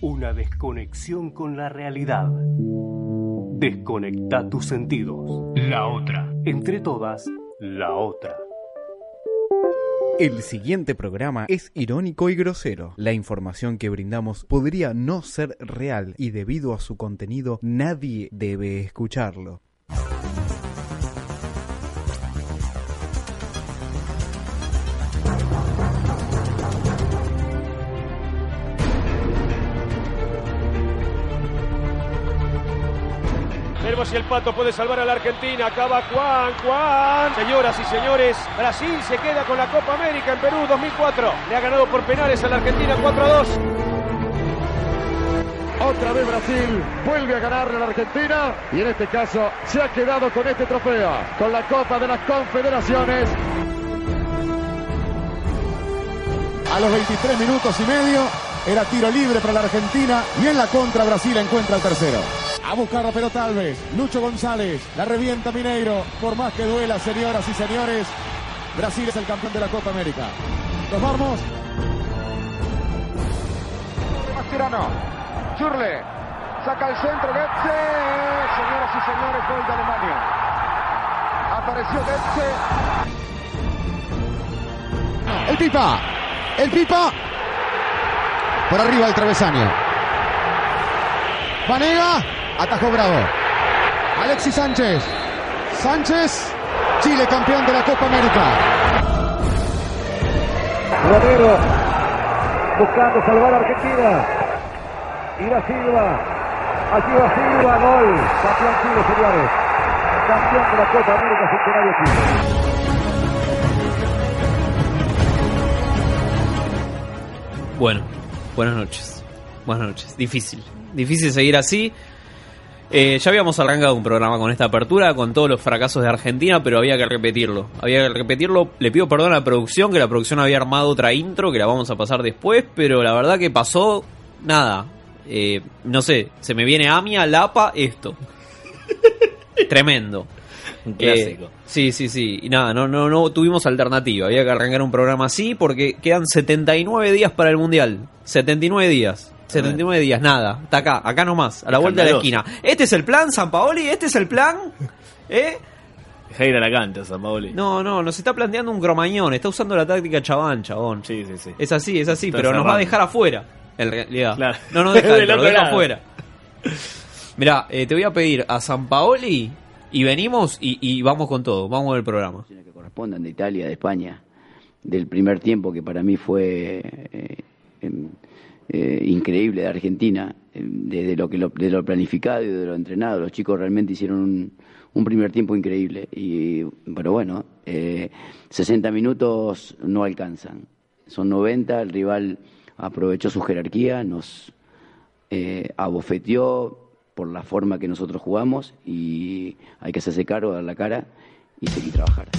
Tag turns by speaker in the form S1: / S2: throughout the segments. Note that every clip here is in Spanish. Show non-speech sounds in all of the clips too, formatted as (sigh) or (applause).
S1: Una desconexión con la realidad. Desconecta tus sentidos.
S2: La otra.
S1: Entre todas, la otra.
S3: El siguiente programa es irónico y grosero. La información que brindamos podría no ser real y debido a su contenido nadie debe escucharlo.
S4: Veremos si el pato puede salvar a la Argentina. Acaba Juan, Juan. Señoras y señores, Brasil se queda con la Copa América en Perú 2004. Le ha ganado por penales a la Argentina 4 a 2.
S5: Otra vez Brasil vuelve a ganarle a la Argentina y en este caso se ha quedado con este trofeo, con la Copa de las Confederaciones.
S6: A los 23 minutos y medio era tiro libre para la Argentina y en la contra Brasil encuentra el tercero. A buscarla pero tal vez. Lucho González la revienta Mineiro. Por más que duela, señoras y señores, Brasil es el campeón de la Copa América. Nos vamos.
S5: Mascherano, Churle, saca el centro Goetze. Señoras y señores, gol de Alemania. Apareció Goetze.
S6: El Pipa, el Pipa. Por arriba el travesaño. Vanega. Atajo Bravo. Alexis Sánchez. Sánchez, Chile campeón de la Copa América.
S5: Romero buscando salvar a Argentina. Ira Silva. Allí va Silva, gol. Campeón Chile, señores. Campeón de la Copa América Centenario Chile.
S7: Bueno, buenas noches. Buenas noches. Difícil. Difícil seguir así. Eh, ya habíamos arrancado un programa con esta apertura, con todos los fracasos de Argentina, pero había que repetirlo. Había que repetirlo. Le pido perdón a la producción, que la producción había armado otra intro, que la vamos a pasar después, pero la verdad que pasó nada. Eh, no sé, se me viene Amia, Lapa,
S8: (laughs)
S7: esto. Tremendo.
S8: Un clásico. Eh,
S7: sí, sí, sí. Y nada, no, no, no tuvimos alternativa. Había que arrancar un programa así porque quedan 79 días para el Mundial. 79 días. 79 días, nada. Está acá, acá nomás, a la vuelta de la esquina. ¿Este es el plan, San Paoli? ¿Este es el plan? ¿Eh?
S8: Deja ir a la cancha, San Paoli.
S7: No, no, nos está planteando un cromañón. Está usando la táctica chabán, chabón.
S8: Sí, sí, sí.
S7: Es así, es así, está pero cerrando. nos va a dejar afuera, en realidad. Claro. No
S8: (laughs)
S7: nos deja, dentro, nos deja afuera. Mirá, eh, te voy a pedir a San Paoli y venimos y, y vamos con todo. Vamos con el programa.
S9: Que correspondan de Italia, de España, del primer tiempo que para mí fue. Eh, en, eh, increíble de Argentina, eh, desde lo, que lo, de lo planificado y de lo entrenado. Los chicos realmente hicieron un, un primer tiempo increíble, y, pero bueno, eh, 60 minutos no alcanzan. Son 90, el rival aprovechó su jerarquía, nos eh, abofeteó por la forma que nosotros jugamos y hay que hacerse cargo, dar la cara y seguir trabajando.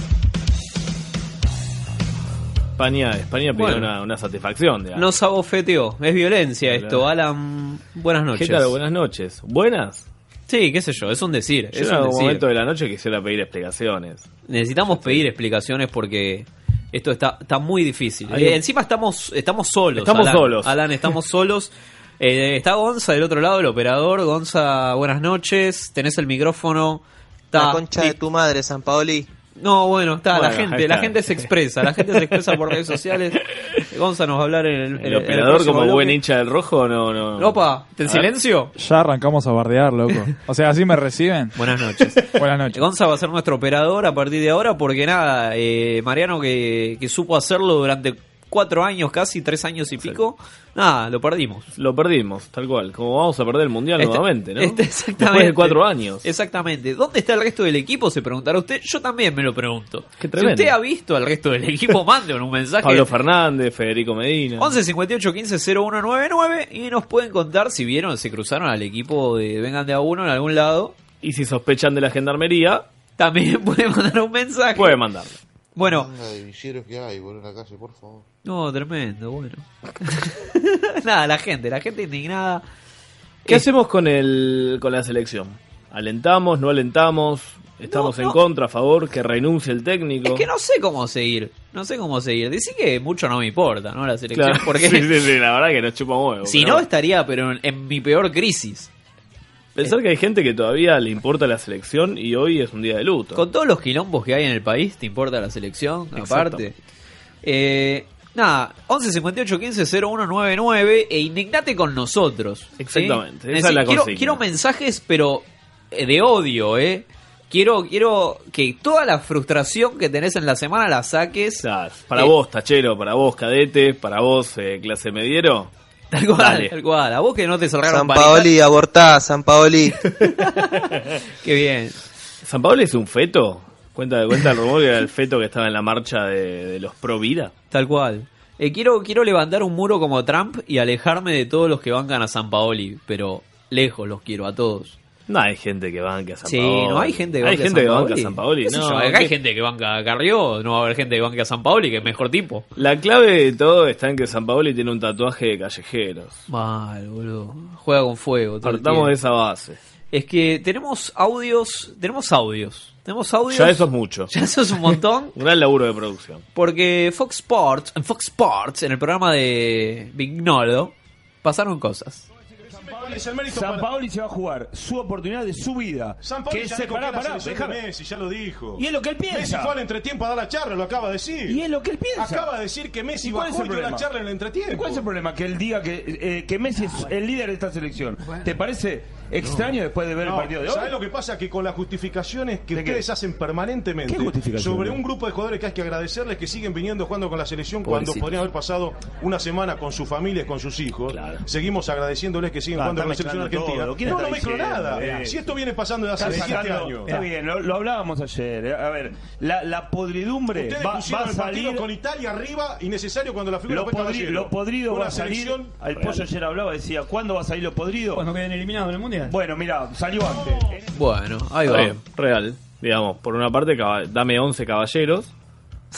S8: España, España pidió bueno, una, una, satisfacción.
S7: Digamos. Nos abofeteó. Es violencia claro. esto, Alan. Buenas noches.
S8: ¿Qué tal? Buenas noches. ¿Buenas?
S7: Sí, qué sé yo, es un decir.
S8: Yo
S7: es
S8: en algún
S7: decir.
S8: momento de la noche quisiera pedir explicaciones.
S7: Necesitamos sí. pedir explicaciones porque esto está, está muy difícil. Eh, encima estamos, estamos solos.
S8: Estamos
S7: Alan.
S8: solos. (laughs)
S7: Alan, estamos solos. Eh, está Gonza del otro lado, el operador. Gonza, buenas noches. Tenés el micrófono. Está,
S10: la concha de tu madre, San Paoli.
S7: No, bueno, está, bueno, la gente, está. la gente se expresa, la gente se expresa por
S8: (laughs)
S7: redes sociales. Gonza nos va a hablar en el,
S8: el en operador el como bloque. buen hincha del rojo, no, no.
S7: Opa, ¿en silencio?
S11: Ya arrancamos a bardear, loco. O sea,
S7: (laughs)
S11: así me reciben.
S7: Buenas noches.
S11: Buenas noches.
S7: Gonza va a ser nuestro operador a partir de ahora porque nada, eh, Mariano que, que supo hacerlo durante cuatro años casi, tres años y pico, sí. nada, lo perdimos.
S8: Lo perdimos, tal cual. Como vamos a perder el mundial este, nuevamente, ¿no?
S7: Este exactamente.
S8: Después de cuatro años.
S7: Exactamente. ¿Dónde está el resto del equipo? Se preguntará usted. Yo también me lo pregunto.
S8: Qué
S7: si usted ha visto al resto del
S8: (laughs)
S7: equipo, manden un mensaje.
S8: Pablo Fernández, Federico Medina.
S7: 11 58 15 0199 y nos pueden contar si vieron, se cruzaron al equipo de Vengan de a uno en algún lado.
S8: Y si sospechan de la gendarmería.
S7: También (laughs) pueden mandar un mensaje.
S8: Puede mandarlo.
S7: Bueno.
S12: De que hay, boludo, en la calle, por favor.
S7: No, tremendo, bueno. (laughs) Nada, la gente, la gente indignada.
S8: ¿Qué es... hacemos con el con la selección? ¿Alentamos, no alentamos? Estamos en contra, a favor, que renuncie el técnico.
S7: Es que no sé cómo seguir. No sé cómo seguir. Dice que mucho no me importa, ¿no? La selección.
S8: Claro,
S7: Porque
S8: (laughs) sí, sí, sí, la verdad que nos chupa un huevo.
S7: (laughs) si
S8: pero-
S7: no, estaría, pero en, en mi peor crisis.
S8: Pensar que hay gente que todavía le importa la selección y hoy es un día de luto.
S7: Con todos los quilombos que hay en el país, ¿te importa la selección?
S8: Exacto.
S7: Aparte. Eh, nada, 11 58 15 0199 e indignate con nosotros. ¿sí?
S8: Exactamente, esa
S7: decir,
S8: es la
S7: quiero,
S8: consigna.
S7: quiero mensajes, pero eh, de odio, ¿eh? Quiero, quiero que toda la frustración que tenés en la semana la saques.
S8: Para
S7: Eh,
S8: vos, tachero, para vos, cadete, para vos, eh, clase mediero.
S7: Tal cual,
S8: Dale.
S7: tal cual. A vos que no te cerraron
S10: San
S7: varitas.
S10: Paoli, abortá, San Paoli.
S7: Qué bien.
S8: ¿San Pablo es un feto? Cuenta de cuenta el rumor que era el feto que estaba en la marcha de, de los pro vida.
S7: Tal cual. Eh, quiero, quiero levantar un muro como Trump y alejarme de todos los que bancan a San Paoli, pero lejos los quiero a todos.
S8: No hay gente que banque a San
S7: Sí,
S8: Paoli.
S7: no hay gente que
S8: Hay
S7: banca
S8: gente que
S7: a San
S8: banca a
S7: Paoli.
S8: San Paoli.
S7: ¿Qué sé
S8: No,
S7: yo?
S8: ¿qué-
S7: Acá hay gente que banca a Carrió, no va a haber gente que banque a San Paoli, que es mejor tipo.
S8: La clave de todo está en que San Paoli tiene un tatuaje de callejeros.
S7: Mal, boludo. Juega con fuego. todo el
S8: Partamos de
S7: tiempo.
S8: esa base.
S7: Es que tenemos audios, tenemos audios. Tenemos audios.
S8: Ya eso es mucho.
S7: (laughs) Ya eso es un montón.
S8: Un gran laburo de producción.
S7: Porque Fox Sports, en Fox Sports, en el programa de Vignolo, pasaron cosas.
S2: San Paoli se va a jugar su oportunidad de su vida. que es ser- pará, pará, dejá-
S13: Messi, ya lo dijo.
S2: Y es lo que él piensa.
S13: Messi fue al entretiempo a dar la charla, lo acaba de decir.
S2: Y es lo que él piensa.
S13: Acaba de decir que Messi
S2: ¿Y cuál
S13: bajó
S2: es
S13: y
S2: el
S13: dio la
S2: problema?
S13: charla en el entretiempo. Ah,
S2: ¿Cuál es el problema? Que él diga que, eh, que Messi es el líder de esta selección. ¿Te parece extraño después de ver
S13: No,
S2: el partido de hoy?
S13: ¿Sabés lo que pasa? Que con las justificaciones que
S2: ¿De qué?
S13: ustedes hacen permanentemente
S2: ¿Qué justificación?
S13: sobre un grupo de jugadores que hay que agradecerles que siguen viniendo jugando con la selección cuando
S2: Pobrecitos.
S13: podrían haber pasado una semana con sus familias, con sus hijos, seguimos agradeciéndoles que siguen
S2: Ah,
S13: jugando
S2: está
S13: con la selección
S2: mezclando
S13: argentina.
S2: todo. ¿Quién
S13: No,
S2: está
S13: no mezclo
S2: diciendo?
S13: nada.
S2: Eh,
S13: Si esto viene pasando este desde hace
S2: Está
S13: 17
S2: sacando-
S13: años.
S2: Está bien, lo, lo hablábamos ayer. eh. A ver, la, la podridumbre
S13: Ustedes
S2: va, va
S13: pusieron
S2: a
S13: el partido
S2: salir.
S13: con Italia arriba y necesario cuando la figura
S2: Lo,
S13: fue
S2: podri-
S13: Caballero.
S2: lo podrido
S13: Una
S2: va a salir.
S13: selección
S2: El pollo ayer hablaba, decía, ¿cuándo va a salir lo podrido? Cuando queden eliminados en el mundial. Bueno, mira, salió antes.
S7: Bueno, ahí va.
S8: Re- real. Digamos, por una parte, caba- dame 11 caballeros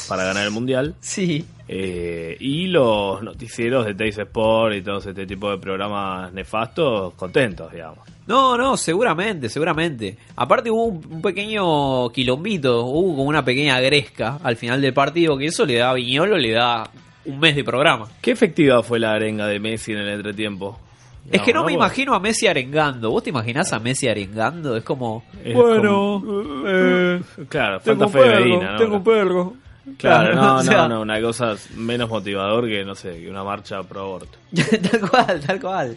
S8: para ganar el mundial.
S7: Sí.
S8: Eh, y los noticieros de Teis Sport y todo este tipo de programas nefastos, contentos, digamos.
S7: No, no, seguramente, seguramente. Aparte hubo un, un pequeño quilombito, hubo como una pequeña gresca al final del partido, que eso le da a Viñolo, le da un mes de programa.
S8: ¿Qué efectiva fue la arenga de Messi en el entretiempo?
S7: es que no, me
S8: Porque-
S7: imagino a Messi arengando. ¿Vos te imaginás a Messi arengando? Es como...
S8: es
S11: Bueno,
S8: como-
S11: eh,
S8: claro,
S11: tengo
S8: falta
S11: un
S8: fe de
S11: perro,
S8: Medina, ¿no?
S11: tengo un perro.
S7: (laughs)
S8: Claro, no,
S11: O sea,
S8: no, no, una cosa menos motivador que, no sé, que una marcha pro aborto.
S7: (laughs) tal cual, tal cual.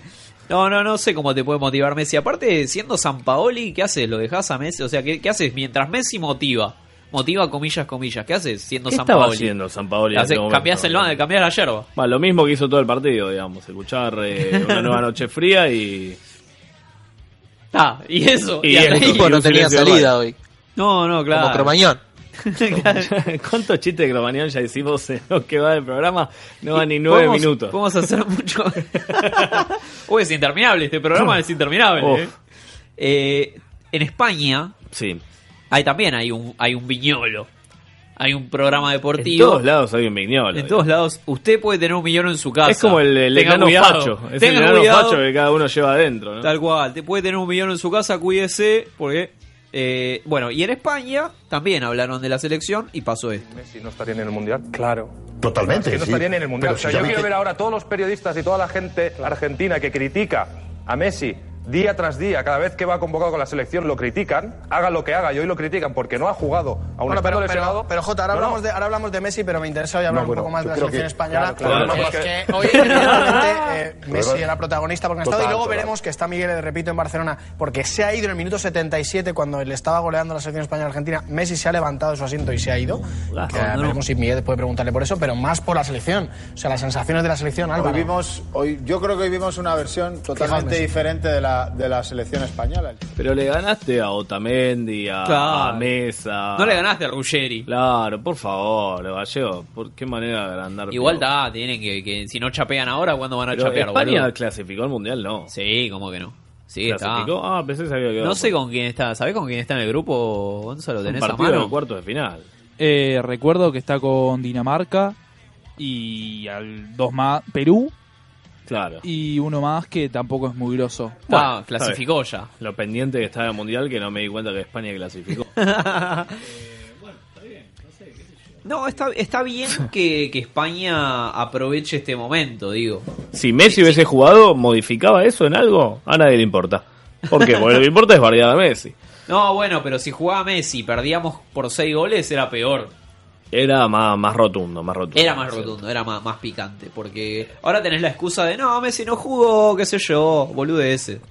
S7: No, no, no sé cómo te puede motivar Messi. Aparte, siendo San Paoli, ¿qué haces? ¿Lo dejás a Messi? O sea, ¿qué, qué haces mientras Messi motiva? Motiva comillas, comillas. ¿Qué haces siendo
S8: ¿Qué
S7: San
S8: estaba
S7: Paoli?
S8: haciendo San Paoli? en
S7: Haces-
S8: este momento?
S7: cambiás, el, ba- cambiás la yerba.
S8: Va, lo mismo que hizo todo el partido, digamos, escuchar eh, una nueva noche fría y...
S7: Ah, y eso.
S8: Y
S7: Y hasta
S8: el
S7: ahí.
S8: tipo
S10: no
S8: un
S10: tenía
S8: silencio
S10: salida
S8: igual.
S10: hoy.
S7: No, no, claro.
S10: Como Cromañón.
S8: (laughs) ¿Cuántos chistes de Cromañón ya hicimos en lo que va del programa? No
S7: (laughs)
S8: va ni nueve
S7: Podemos-
S8: minutos.
S7: Podemos hacer (laughs) mucho. Uy, es interminable. Este programa es interminable.
S8: Uf.
S7: ¿eh? Eh, en España,
S8: Sí.
S7: hay también hay un, hay un viñolo. Hay un programa
S8: En
S7: deportivo.
S8: todos lados hay un viñolo.
S7: En todos lados. Usted puede tener un millón en su casa.
S8: Es como el, el
S7: Tenga
S8: enano
S7: cuidado.
S8: facho. Es
S7: Tenga
S8: el enano
S7: cuidado.
S8: facho que cada uno lleva adentro, ¿no?
S7: Tal cual. Te puede tener un millón en su casa, cuídese. Porque. eh, bueno, y en España también hablaron de la selección y pasó esto.
S14: Messi no estarían en el Mundial. Claro.
S15: Totalmente,
S14: Que no
S15: sí.
S14: estarían en el Mundial.
S15: Pero
S14: O sea,
S15: si ya
S14: yo
S15: viste-
S14: quiero ver ahora a todos los periodistas y toda la gente argentina que critica a Messi día tras día, cada vez que va convocado con la selección, lo critican, haga lo que haga, y hoy lo critican porque no ha jugado, aún
S16: Bueno,
S14: estando
S16: pero,
S14: lesionado.
S16: pero, pero Jota, ahora,
S14: No, no.
S16: hablamos de, ahora hablamos de Messi, pero me interesa hoy hablar
S14: No, bueno,
S16: un poco más
S14: yo
S16: de la
S14: creo
S16: selección
S14: que-
S16: española.
S14: claro, claro,
S16: porque
S14: claro.
S16: es que
S14: (laughs)
S16: hoy, evidentemente, eh, Messi
S14: Total,
S16: era protagonista porque no ha
S14: total,
S16: estado. Y luego
S14: total.
S16: veremos que está Miguel, repito, en Barcelona, porque se ha ido en el minuto 77 cuando le estaba goleando la selección española-argentina. Messi se ha levantado de su asiento y se ha ido. Que, eh,
S17: no.
S16: veremos si Miguel puede preguntarle por eso, pero más por la selección. O sea, las sensaciones de la selección,
S17: Hoy
S16: Álvaro.
S17: vimos, hoy, yo creo que hoy vimos una versión totalmente
S16: Messi.
S17: diferente de la, de la selección española.
S8: Pero le ganaste a Otamendi, a,
S7: Claro.
S8: a Mesa.
S7: No le ganaste a Ruggeri.
S8: Ah. Claro, por favor, Gallego. ¿Por qué manera de agrandar?
S7: Igual
S8: pelotas?
S7: está, tienen que, que- Si no chapean ahora, ¿cuándo van a
S8: Pero
S7: chapear,
S8: España
S7: boludo?
S8: clasificó al mundial, no.
S7: Sí, como que no. Sí, está.
S8: ¿Clasificó? Ah, pensé que se había quedado.
S7: No sé con quién está. ¿Sabés con quién está en el grupo, Gonzalo?
S8: Un
S7: ¿Tenés a
S8: partido
S7: mano?
S8: de cuartos de final.
S11: Eh, recuerdo que está con Dinamarca y al dos más Perú
S8: Claro.
S11: Y uno más que tampoco es muy grosso.
S7: Ah,
S8: Bueno, está bien. Lo pendiente que estaba el mundial que no me di cuenta que España clasificó.
S7: No, está, está bien (laughs) que, que España aproveche este momento, digo.
S8: si Messi hubiese jugado, ¿modificaba eso en algo? A nadie le importa. ¿Por qué? Porque lo que importa es variar a Messi.
S7: No, bueno, pero si jugaba Messi y perdíamos por 6 goles era peor.
S8: Era más, más rotundo, más rotundo.
S7: Era más rotundo, era más, más picante. Porque ahora tenés la excusa de no, Messi no jugó, qué sé yo, boludo ese.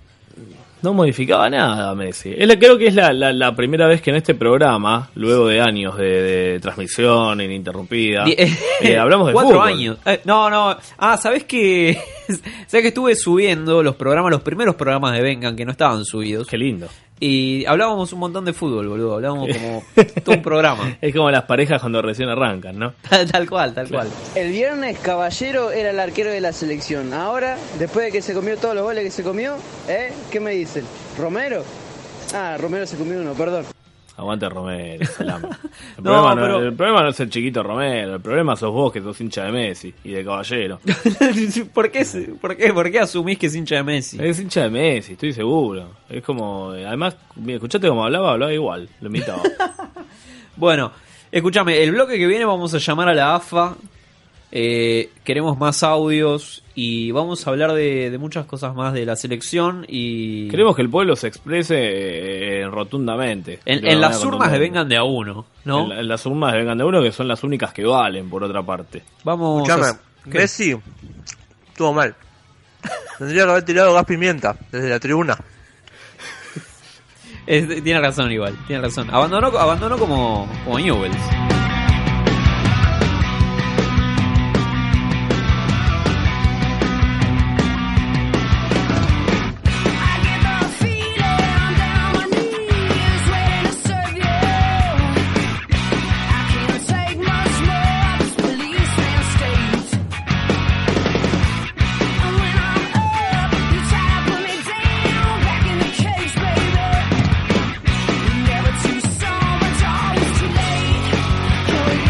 S8: No modificaba nada Messi. Es la- creo que es la, la- la primera vez que en este programa, luego de años de, de transmisión ininterrumpida, (laughs)
S7: (laughs)
S8: eh, hablamos de
S7: Cuatro
S8: fútbol.
S7: años. Eh, no, no. Ah, ¿sabés que (laughs) ¿Sabés que estuve subiendo los programas, los primeros programas de Vengan que no estaban subidos? Qué
S8: lindo.
S7: Y hablábamos un montón de fútbol,
S8: (laughs)
S7: boludo. Hablábamos como todo un programa.
S8: Es como las parejas cuando recién arrancan, ¿no?
S7: (laughs) tal cual, tal cual.
S15: El viernes Caballero era el arquero de la selección. Ahora, después de que se comió todos los goles que se comió, ¿eh? ¿Qué me dicen? ¿Romero? Ah, Romero se comió uno, perdón.
S8: Aguante
S7: (laughs)
S8: Romero, salame. El,
S15: No,
S8: problema no,
S15: pero-
S8: el problema no es el chiquito Romero, el problema sos vos que sos hincha de Messi y de caballero.
S7: (laughs) ¿Por qué, se- por, qué, ¿Por qué asumís que es hincha de Messi?
S8: Es hincha de Messi, estoy seguro. Es como, eh, además, mira, escuchaste cómo hablaba, hablaba igual, lo imitaba.
S7: Bueno, escúchame, el bloque que viene vamos a llamar a la AFA. eh, queremos más audios y vamos a hablar de, de muchas cosas más de la selección y...
S8: Queremos que el pueblo se exprese eh, eh, rotundamente. De
S7: En-
S8: una
S7: en las
S8: manera
S7: urnas
S8: contundente.
S7: de vengan de a uno, ¿no?
S8: En, la- en las urnas de vengan de a uno que son las únicas que valen, por otra parte.
S7: Vamos...
S18: Escuchame,
S7: a- ¿Qué?
S18: Messi estuvo mal. Tendría que haber tirado gas pimienta desde la tribuna.
S7: (laughs) Es- tiene razón igual, tiene razón. Abandonó, abandonó como, como Newell's.
S9: Too soon, but always too late. Oh,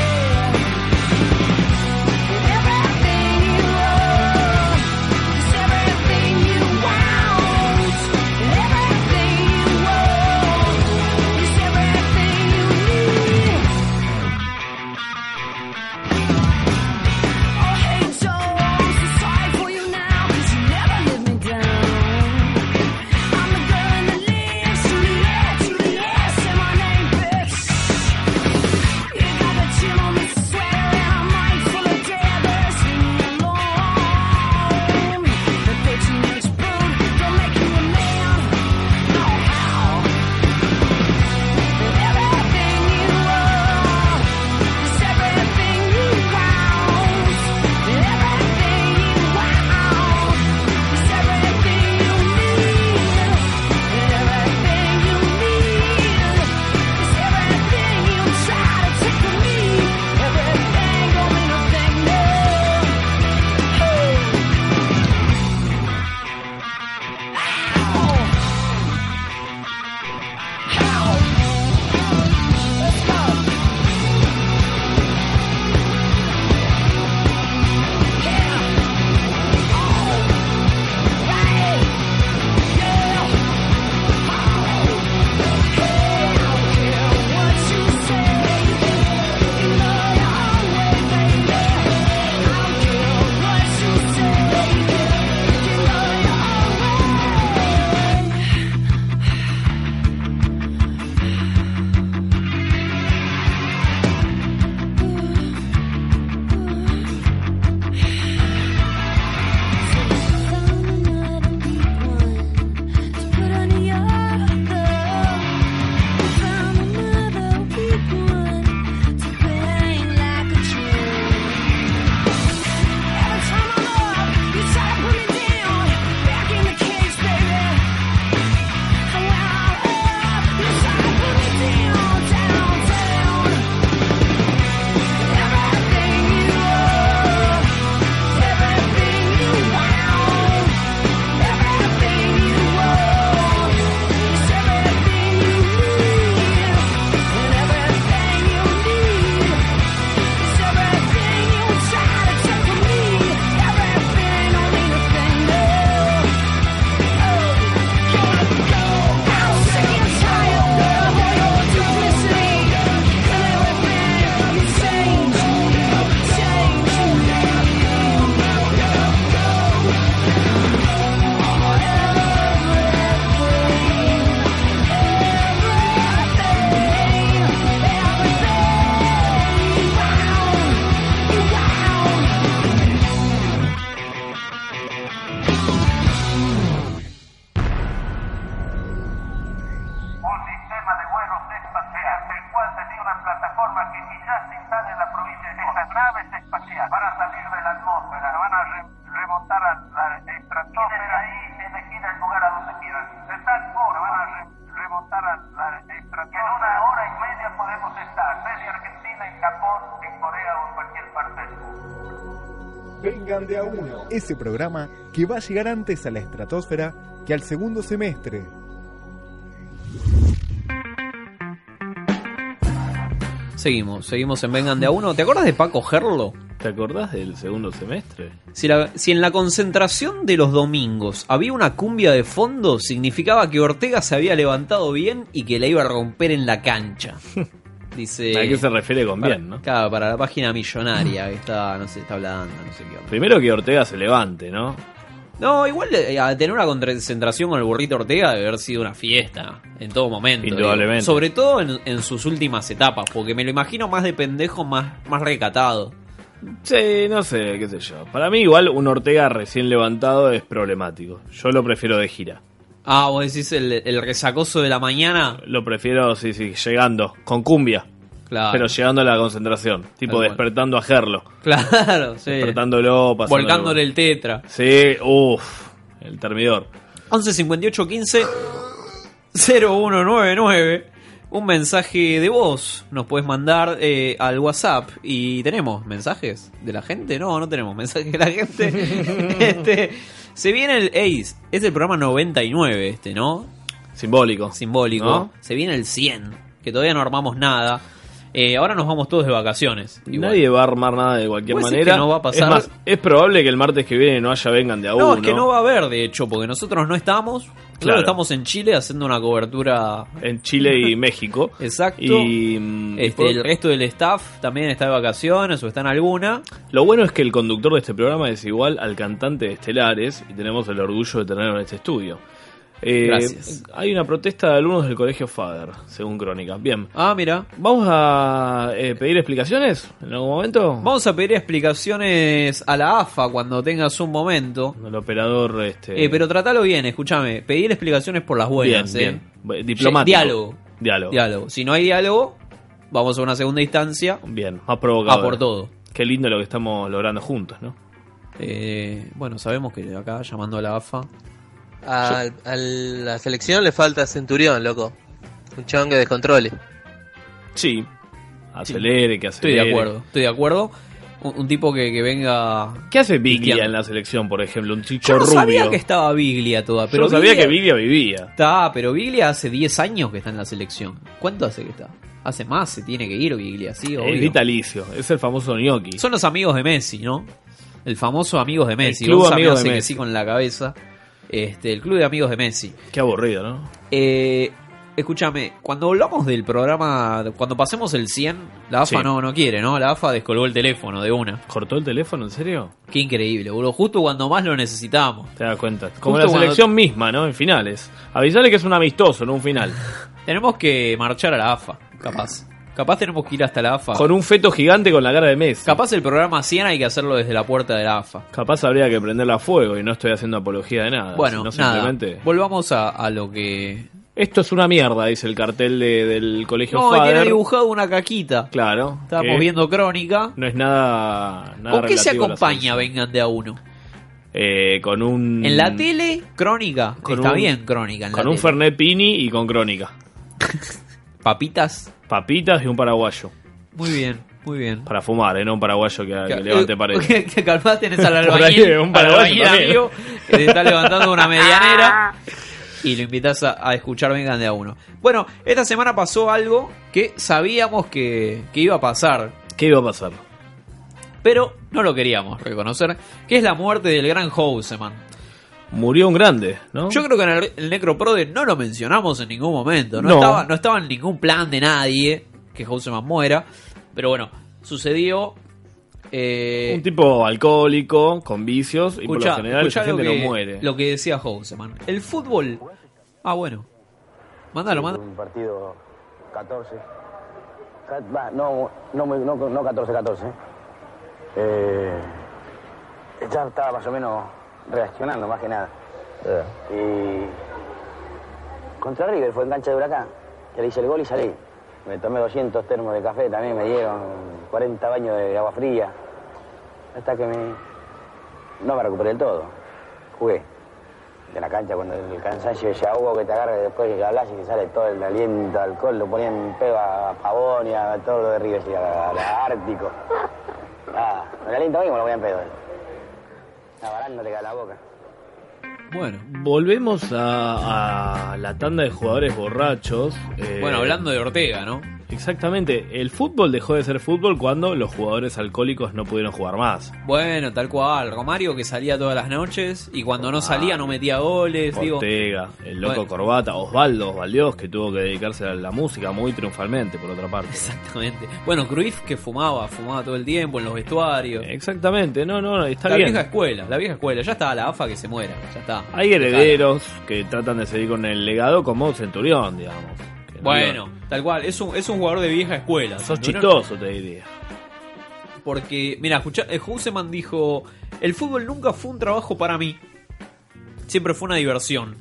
S19: van a re- remontar a la estratosfera y elegir el lugar a donde quieran. De tal forma van a re- remontar a la estratosfera. Que en una hora y media podemos estar desde Argentina, en Japón, en Corea o en cualquier parte del mundo.
S6: Vengan de a uno.
S3: Ese programa que va a llegar antes a la estratosfera que al segundo semestre.
S7: Seguimos, seguimos en Vengan de a uno. ¿Te acordás de Paco Gerlo?
S8: ¿Te acordás del segundo semestre?
S7: Si, la- si en la concentración de los domingos había una cumbia de fondo, significaba que Ortega se había levantado bien y que la iba a romper en la
S8: (laughs)
S7: cancha. Dice.
S8: ¿A qué se refiere con
S7: para-
S8: bien, no?
S7: Claro, para la página millonaria que está, no sé, está hablando, no sé qué. onda.
S8: Primero que Ortega se levante, ¿no?
S7: No, igual eh, a tener una concentración con el burrito Ortega debe haber sido una fiesta en todo momento. digo.
S8: Indudablemente.
S7: Sobre todo en, en sus últimas etapas, porque me lo imagino más de pendejo, más, más recatado.
S8: Sí, no sé, qué sé yo. Para mí igual un Ortega recién levantado es problemático. Yo lo prefiero de gira.
S7: Ah, vos decís el, el resacoso de la mañana.
S8: Lo prefiero, sí, sí, llegando, con cumbia.
S7: Claro.
S8: Pero llegando a la concentración. Tipo
S7: Tal cual.
S8: despertando a Gerlo.
S7: Claro, sí.
S8: Despertándolo, pasando.
S7: Volcándole el tetra.
S8: Sí, uff. El termidor.
S7: 11 58 15 0199. Un mensaje de voz nos puedes mandar eh, al WhatsApp. ¿Y tenemos mensajes de la gente? No, no tenemos mensajes de
S8: (laughs)
S7: la gente. este, se viene el Ace. Es el programa 99 este, ¿no?
S8: Simbólico.
S7: Simbólico.
S8: ¿No?
S7: Se viene el 100, que todavía no armamos nada. Eh, ahora nos vamos todos de vacaciones.
S8: Nadie va a armar nada de cualquier
S7: ¿Vos decís
S8: manera.
S7: que no va a pasar?
S8: Es más, es probable que el martes que viene no haya vengan de a
S7: No,
S8: uno.
S7: es que no va a haber, de hecho, porque nosotros no estamos. Claro,
S8: Claro.
S7: estamos en Chile haciendo una cobertura.
S8: En Chile
S7: (laughs)
S8: y México.
S7: Exacto.
S8: Y, mm,
S7: Este,
S8: por-
S7: El resto del staff también está de vacaciones o está en alguna.
S8: Lo bueno es que el conductor de este programa es igual al cantante de Estelares y tenemos el orgullo de tenerlo en este estudio. Eh,
S7: Gracias.
S8: Hay una protesta de alumnos del colegio Fader, según Crónica. Bien.
S7: Ah, mira.
S8: ¿Vamos a eh, pedir explicaciones en algún momento?
S7: Vamos a pedir explicaciones a la AFA cuando tengas un momento.
S8: El operador, este.
S7: Eh, pero tratalo bien, escúchame. Pedir explicaciones por las buenas,
S8: Bien,
S7: eh.
S8: bien. Eh, diplomático.
S7: Diálogo.
S8: Diálogo.
S7: Diálogo. Si no hay diálogo, vamos a una segunda instancia.
S8: Bien, más provocador.
S7: A por todo.
S8: Qué lindo lo que estamos logrando juntos, ¿no?
S7: Eh, bueno, sabemos que acá llamando a la AFA.
S10: A, a la selección le falta Centurión, loco. Un chabón que descontrole.
S8: Sí. Acelere, que
S7: Estoy
S8: acelere.
S7: de acuerdo, estoy de acuerdo. Un, un tipo que, que venga.
S8: ¿Qué hace Biglia en la selección, por ejemplo? Un chico
S7: Yo no
S8: rubio.
S7: sabía que estaba Biglia toda, pero.
S8: Yo sabía
S7: Biglia-
S8: que Biglia vivía.
S7: Está, pero Biglia hace 10 años que está en la selección. ¿Cuánto hace que está? Hace más, se tiene que ir Biglia, sí,
S8: Es
S7: obvio.
S8: vitalicio. Es el famoso gnocchi.
S7: Son los amigos de Messi, ¿no? El famoso amigos de Messi.
S8: club
S7: Gonza me
S8: Amigos de
S7: hace que
S8: Messi.
S7: sí con la cabeza. Este, el club de amigos de Messi.
S8: Qué aburrido, ¿no?
S7: Eh, escúchame, cuando hablamos del programa, cuando pasemos el 100, la AFA
S8: Sí.
S7: no, no quiere, ¿no? La AFA descolgó el teléfono de una.
S8: ¿Cortó el teléfono, en serio?
S7: Qué increíble, boludo. Justo cuando más lo necesitábamos.
S8: Te das cuenta. Como
S7: Justo
S8: la
S7: cuando-
S8: selección misma, ¿no? En finales. Avisale que es un amistoso, no un final.
S7: (laughs) Tenemos que marchar a la AFA, capaz. Capaz tenemos que ir hasta la AFA.
S8: Con un feto gigante con la cara de Messi.
S7: Ah. Capaz el programa 100 hay que hacerlo desde la puerta de la AFA.
S8: Capaz habría que prenderla a fuego y no estoy haciendo apología de nada.
S7: Bueno,
S8: sino
S7: nada.
S8: simplemente.
S7: Volvamos a, a lo que.
S8: Esto es una mierda, dice el cartel de- del colegio
S7: No,
S8: Fader.
S7: tiene dibujado una caquita.
S8: Claro.
S7: Estábamos
S8: que
S7: viendo crónica.
S8: No es nada. nada
S7: ¿Con qué se
S8: relativo a la
S7: acompaña
S8: selección.
S7: Vengan de a uno?
S8: Eh, con un.
S7: En la tele, crónica.
S8: con
S7: Está
S8: un-
S7: bien, crónica. En
S8: Con
S7: la
S8: un
S7: tele.
S8: Fernet Pini y con Crónica.
S7: (laughs) Papitas.
S8: Papitas y un paraguayo.
S7: Muy bien, muy bien.
S8: Para fumar, ¿eh? No un paraguayo que, que
S7: Ca-
S8: levante
S7: (laughs) eh,
S8: paredes.
S7: Que, que calmás tenés
S8: (laughs)
S7: al
S8: Por ahí,
S7: albañil,
S8: un
S7: al
S8: paraguayo
S7: albañil
S8: también.
S7: amigo, que te está levantando una medianera y lo invitas a, a escuchar Vengan de a uno. Bueno, esta semana pasó algo que sabíamos que, que iba a pasar,
S8: ¿Qué iba a pasar?
S7: pero no lo queríamos reconocer, que es la muerte del gran Houseman.
S8: Murió un grande, ¿no?
S7: Yo creo que en el, el Necroprode no lo mencionamos en ningún momento, no,
S8: No.
S7: Estaba, no estaba en ningún plan de nadie que Houseman muera, pero bueno, sucedió... eh,
S8: Un tipo alcohólico, con vicios, y por
S7: Escuchá,
S8: lo general
S7: escuchá
S8: esa gente
S7: lo que,
S8: no muere.
S7: Lo que decía Houseman. El fútbol. Ah, bueno. Mándalo, mándalo.
S20: Un partido 14. Ca- va, No, no, muy- no, no 14, 14. Eh, ya estaba más o menos reaccionando, más que nada.
S7: Eh.
S20: Y contra River fue en cancha de huracán. Que le hice el gol y salí. Me tomé 200 termos de café también, me dieron 40 baños de agua fría. Hasta que me, no me recuperé del todo. Jugué. De la cancha, cuando el cansancio de Yahugo que te agarra y después que hablas y que sale todo el aliento, alcohol, lo ponían en pedo a Pavón y a todo lo de Ríos y a, a la Ártico. Ah, el aliento mismo lo ponían en pedo. Abarándote a la boca.
S8: Bueno, volvemos a, a la tanda de jugadores borrachos. eh,
S7: Bueno, hablando de Ortega, ¿no?
S8: Exactamente, el fútbol dejó de ser fútbol cuando los jugadores alcohólicos no pudieron jugar más.
S7: Bueno, tal cual. Romario que salía todas las noches y cuando no salía no metía goles.
S8: Ah.
S7: Digo, (laughs)
S8: Ortega, el loco
S7: Bueno.
S8: Corbata, Osvaldo, Osvaldios, que tuvo que dedicarse a la música muy triunfalmente, por otra parte.
S7: Exactamente. Bueno, Cruyff que fumaba, fumaba todo el tiempo en los vestuarios.
S8: Exactamente, no, no, no, está
S7: la
S8: bien.
S7: vieja escuela, la vieja escuela. Ya está la AFA que se muera, ya está.
S8: Hay herederos que tratan de seguir con el legado como Centurión, digamos. que no
S7: Bueno, tal cual. Es un, es un jugador de vieja escuela.
S8: Sos
S7: Centurión.
S8: chistoso, te diría.
S7: Porque, mira, escucha, eh, Huseman dijo: El fútbol nunca fue un trabajo para mí. Siempre fue una diversión.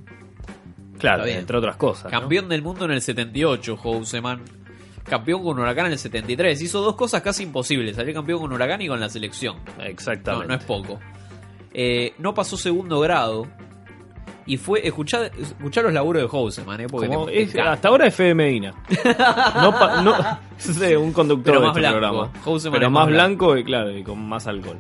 S8: Claro,
S7: Está bien.
S8: entre otras cosas. ¿no?
S7: Campeón del mundo en el 78, Houseman. Campeón con Huracán en el 73. Hizo dos cosas casi imposibles: salir campeón con Huracán y con la selección.
S8: Exactamente.
S7: No, no es poco. Eh, no pasó segundo grado. Y fue. Escuchá, escuchá los laburos de Houseman, ¿eh? Porque
S8: Como
S7: te- te
S8: es-
S7: encanta.
S8: hasta ahora es Fede Medina. No, pa- no- (laughs) sí, un conductor
S7: Pero
S8: de
S7: más
S8: este
S7: blanco.
S8: programa.
S7: Houseman
S8: Pero
S7: es
S8: más
S7: más blanco.
S8: blanco y claro, y con más alcohol.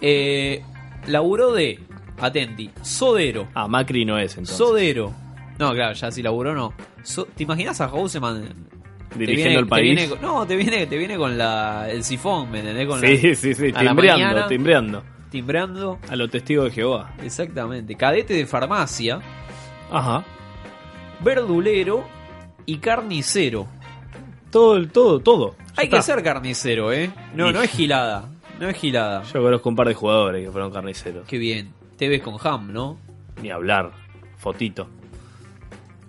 S7: Eh, laburó de. Atenti. Sodero.
S8: Ah, Macri no es entonces.
S7: Sodero. No, claro, ya si laburó no. So- ¿Te imaginas a Houseman
S8: Dirigiendo el país.
S7: viene con- no, te viene, te viene con la, el sifón, ¿me entendés? Con
S8: sí,
S7: la-
S8: sí, sí,
S7: a la
S8: timbreando,
S7: mañana,
S8: timbreando.
S7: Timbrando.
S8: A los testigos de Jehová.
S7: Exactamente. Cadete de farmacia.
S8: Ajá.
S7: Verdulero y carnicero.
S8: Todo, el- todo, todo. Ya
S7: Hay
S8: está.
S7: que ser carnicero, ¿eh? No,
S8: Y-
S7: no es gilada. No es gilada.
S8: Yo conozco un par de jugadores que fueron carniceros.
S7: Qué bien. Te ves con Ham, ¿no?
S8: Ni hablar. Fotito.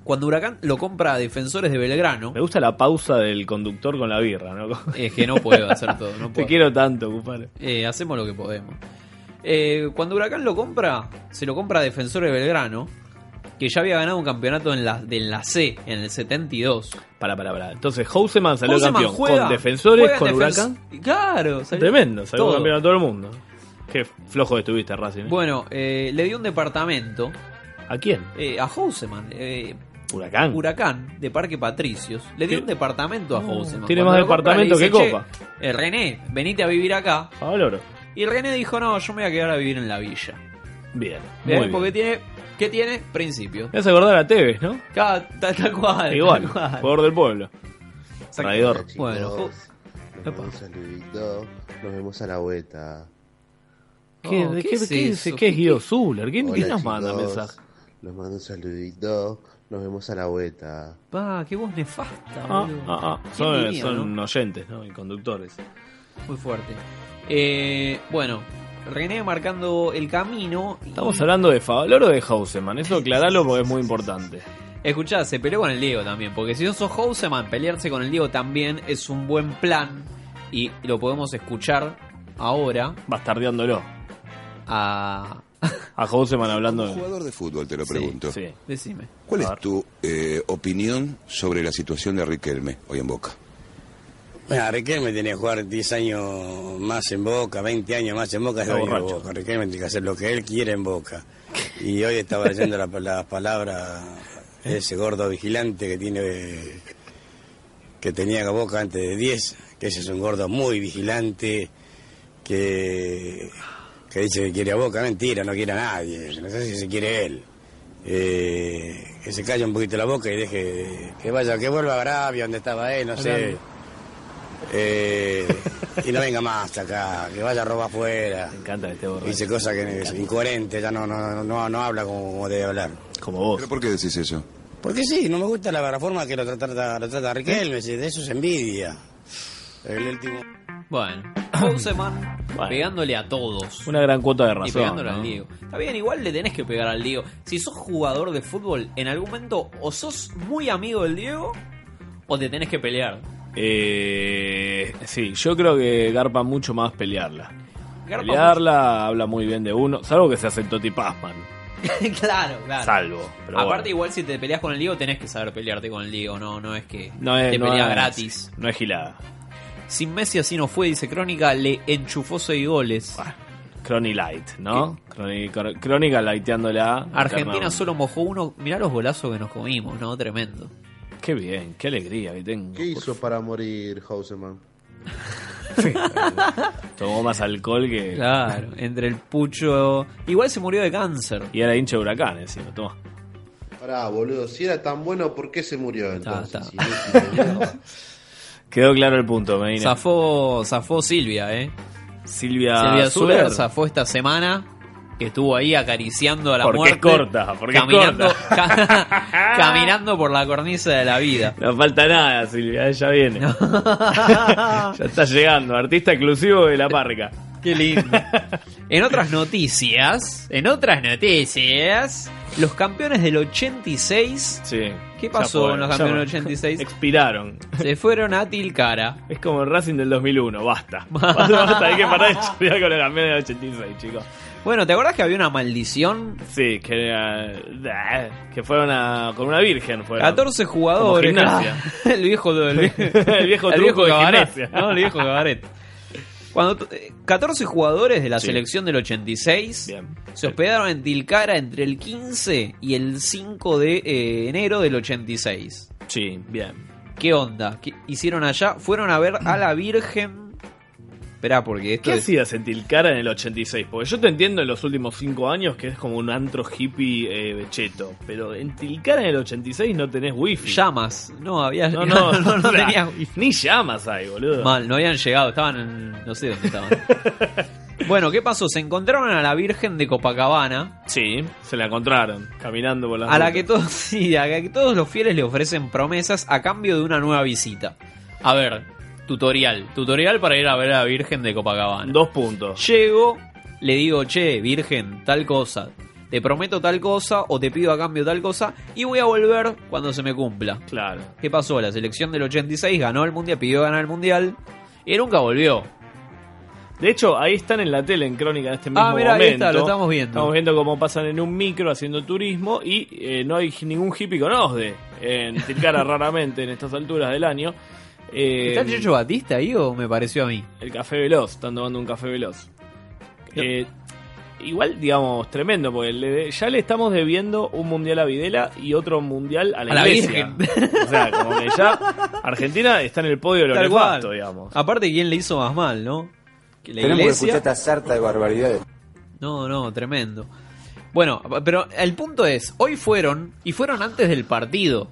S7: Cuando Huracán lo compra a Defensores de Belgrano,
S8: Me gusta la pausa del conductor con la birra, ¿no?
S7: es que no
S8: (laughs)
S7: puedo hacer todo. No
S8: Te
S7: puedo.
S8: quiero tanto, compadre.
S7: Eh, hacemos lo que podemos. Eh, cuando Huracán lo compra, se lo compra a Defensor de Belgrano, que ya había ganado un campeonato en la, de la C en el 72.
S8: Para, para, para. Entonces, Houseman salió
S7: Houseman
S8: campeón
S7: juega-
S8: con defensores,
S7: juega en
S8: con
S7: defens-
S8: Huracán.
S7: Claro, salió
S8: Tremendo, salió
S7: todo.
S8: campeón a todo el mundo. Qué flojo estuviste, Racing. ¿eh?
S7: Bueno, eh, le dio un departamento.
S8: ¿A quién?
S7: a Houseman. eh,
S8: Huracán.
S7: Huracán, de Parque Patricios. Le dio un departamento a Houseman.
S8: tiene más
S7: Cuando lo compra,
S8: departamento
S7: le
S8: que
S7: "Che,
S8: copa".
S7: eh, René, venite a vivir acá.
S8: Valoro.
S7: Y René dijo, no, yo me voy a quedar a vivir en la villa.
S8: Bien.
S7: ¿Ves?
S8: Muy bien.
S7: Porque tiene... ¿Qué tiene? Principio.
S8: Me hace acordar a Tevez, ¿no?
S7: Cada, tal, tal cual.
S8: Igual,
S7: tal cual.
S8: jugador del pueblo. (laughs) Traidor.
S7: Bueno, jo-
S12: Nos vemos en Luis Dog, nos vemos a la vuelta.
S8: ¿Qué,
S12: Oh,
S8: de-
S12: ¿qué
S8: qué-
S12: es
S8: qué-
S12: eso?
S8: qué es Guido Zuller? ¿Quién,
S12: Hola,
S8: quién nos manda
S12: chicos.
S8: mensaje?
S12: Nos manda un saludito, nos vemos a la vuelta.
S7: Pa, qué voz nefasta,
S8: Ah,
S7: boludo.
S8: ah, ah.
S7: ¿Quién
S8: Son,
S7: diría,
S8: son
S7: no?
S8: oyentes, ¿no? Y conductores.
S7: Muy fuerte. Eh, bueno, René marcando el camino. y-
S8: Estamos hablando de Favaloro o de Houseman. Eso aclaralo porque es muy importante.
S7: Escuchá, se peleó con el Diego también. Porque si no sos Houseman, pelearse con el Diego también es un buen plan. Y lo podemos escuchar ahora
S8: Bastardeándolo.
S7: a.
S8: A Houseman hablando de.
S21: Jugador de fútbol, te lo pregunto.
S8: sí.
S7: Decime.
S21: ¿Cuál es tu eh, opinión sobre la situación de Riquelme hoy en Boca?
S20: Bueno, Riquelme tiene que jugar 10 años más en Boca, 20 años más en Boca, es
S8: Está
S20: dueño de
S8: borracho.
S20: Boca. Riquelme tiene que hacer lo que él quiere en Boca. Y hoy estaba leyendo la, la palabra de ese gordo vigilante que tiene que tenía Boca antes de 10, que ese es un gordo muy vigilante, que, que dice que quiere a Boca, mentira, no quiere a nadie, no sé si se quiere él. Eh, que se calle un poquito la boca y deje que vaya, que vuelva a Arabia, donde estaba él, no sé.
S8: Arabia.
S20: Eh, y no venga más hasta acá, que vaya a robar afuera. Me
S8: encanta este borracho.
S20: Dice cosas que es incoherente, ya no, no, no, no habla como, como debe hablar.
S8: Como vos.
S21: ¿Pero por qué decís eso?
S20: Porque sí, no me gusta la forma que lo trata, lo trata Riquelme, si de eso es envidia. El último.
S8: (coughs)
S7: Bueno, Houseman pegándole a todos.
S8: Una gran cuota de
S7: Y
S8: razón.
S7: pegándole
S8: ¿no?
S7: al Diego. Está bien, igual le tenés que pegar al Diego. Si sos jugador de fútbol, en algún momento o sos muy amigo del Diego o te tenés que pelear.
S8: Eh, sí, yo creo que garpa mucho más pelearla.
S7: Garpa
S8: pelearla habla muy bien de uno, salvo que se hace Toti Pazman.
S7: claro, claro.
S8: Salvo, pero
S7: Aparte,
S8: bueno.
S7: igual si te peleas con el Diego, tenés que saber pelearte con el Diego. No, no es que
S8: No es,
S7: te
S8: no
S7: peleas
S8: es-
S7: gratis.
S8: No es gilada.
S7: Sin Messi así no fue, dice Crónica, le enchufó 6 goles.
S8: Crony Light, ¿no? Crónica, crónica lighteándola.
S7: Argentina solo mojó uno. Mirá los golazos que nos comimos, ¿no? Tremendo.
S8: Qué bien, qué alegría que tengo.
S12: ¿Qué hizo para morir Hauseman?
S8: Tomó más alcohol que.
S7: Claro, entre el pucho. Igual se murió de cáncer.
S8: Y era hincha de huracán, encima, toma.
S12: Pará, boludo, si era tan bueno, ¿por qué se murió entonces?
S8: Quedó claro el punto, Medina.
S7: Zafó, zafó Silvia, ¿eh?
S8: Silvia, Zuller.
S7: Silvia Zuller zafó esta semana. Que estuvo ahí acariciando a la
S8: Porque
S7: muerte.
S8: es corta, porque es
S7: caminando, (laughs) ca- caminando por la cornisa de la vida.
S8: No falta nada, Silvia, ya
S9: (laughs)
S8: viene. (laughs) ya está llegando, artista exclusivo de la parca.
S7: Qué lindo. En otras noticias, en otras noticias, los campeones del 86. ¿Qué
S8: ya
S7: pasó
S8: fueron,
S7: con los
S8: ya
S7: campeones del
S8: fueron.
S7: 86?
S8: Expiraron.
S7: Se fueron a Tilcara.
S8: Es como el Racing del 2001,
S7: (laughs)
S8: basta. Basta, basta, hay que parar de estudiar con los campeones del 86, chicos.
S7: Bueno, ¿te acordás que había una maldición?
S8: Sí, que era- que fueron a- con una virgen. Fueron.
S7: 14 jugadores.
S8: Como gimnasia.
S7: (laughs) el
S8: (laughs)
S7: viejo del
S8: El viejo truco de gimnasia.
S7: ¿no? El viejo cabaret. Cuando t- eh, 14 jugadores de la
S8: Sí.
S7: selección del 86 se hospedaron en Tilcara entre el 15 y el 5 de eh, enero del 86.
S8: Sí, bien.
S7: ¿Qué onda? ¿Qué hicieron allá? Fueron a ver a la Virgen. Esperá, porque esto
S8: ¿Qué
S7: es-
S8: hacías en Tilcara en el 86? Porque yo te entiendo en los últimos 5 años que es como un antro hippie eh, cheto. Pero en Tilcara en el 86 no tenés wifi.
S7: Llamas. No, había. (laughs)
S8: No, (laughs) no,
S7: no, no
S8: o sea,
S7: tenía
S8: Ni llamas ahí, boludo.
S7: Mal, no habían llegado, estaban en- No sé
S8: (laughs)
S7: dónde estaban. bueno, ¿qué pasó? Se encontraron a la Virgen de Copacabana.
S8: Sí, se la encontraron caminando por la
S7: A la que todos, (laughs) sí, a la que todos los fieles le ofrecen promesas a cambio de una nueva visita. A ver, tutorial. Tutorial para ir a ver a la Virgen de Copacabana.
S8: Dos puntos.
S7: Llego, le digo, che, Virgen, tal cosa. Te prometo tal cosa o te pido a cambio tal cosa y voy a volver cuando se me cumpla.
S8: Claro.
S7: ¿Qué pasó? La selección del 86 ganó el mundial, pidió ganar el mundial y nunca volvió.
S8: De hecho, ahí están en la tele, en Crónica, en este mismo
S7: Ah, mirá, ahí
S8: momento.
S7: está, lo estamos viendo.
S8: Estamos viendo cómo pasan en un micro haciendo turismo y eh, no hay ningún hippie con OSDE en Tilcara (laughs) raramente en estas alturas del año. Eh,
S7: ¿Está Checho Batista ahí o me pareció a mí?
S8: El café veloz, están tomando un café veloz. Eh, igual, digamos, tremendo, porque le- ya le estamos debiendo un mundial a Videla y otro mundial a la,
S7: A la
S8: iglesia. O sea, como que ya Argentina está en el podio de lo
S7: Tal
S8: nefasto,
S7: cual.
S8: digamos.
S7: Aparte, ¿quién le hizo más mal, no? Que la iglesia.
S20: sarta de barbaridades.
S7: No, no, tremendo. Bueno, pero el punto es, hoy fueron y fueron antes del partido.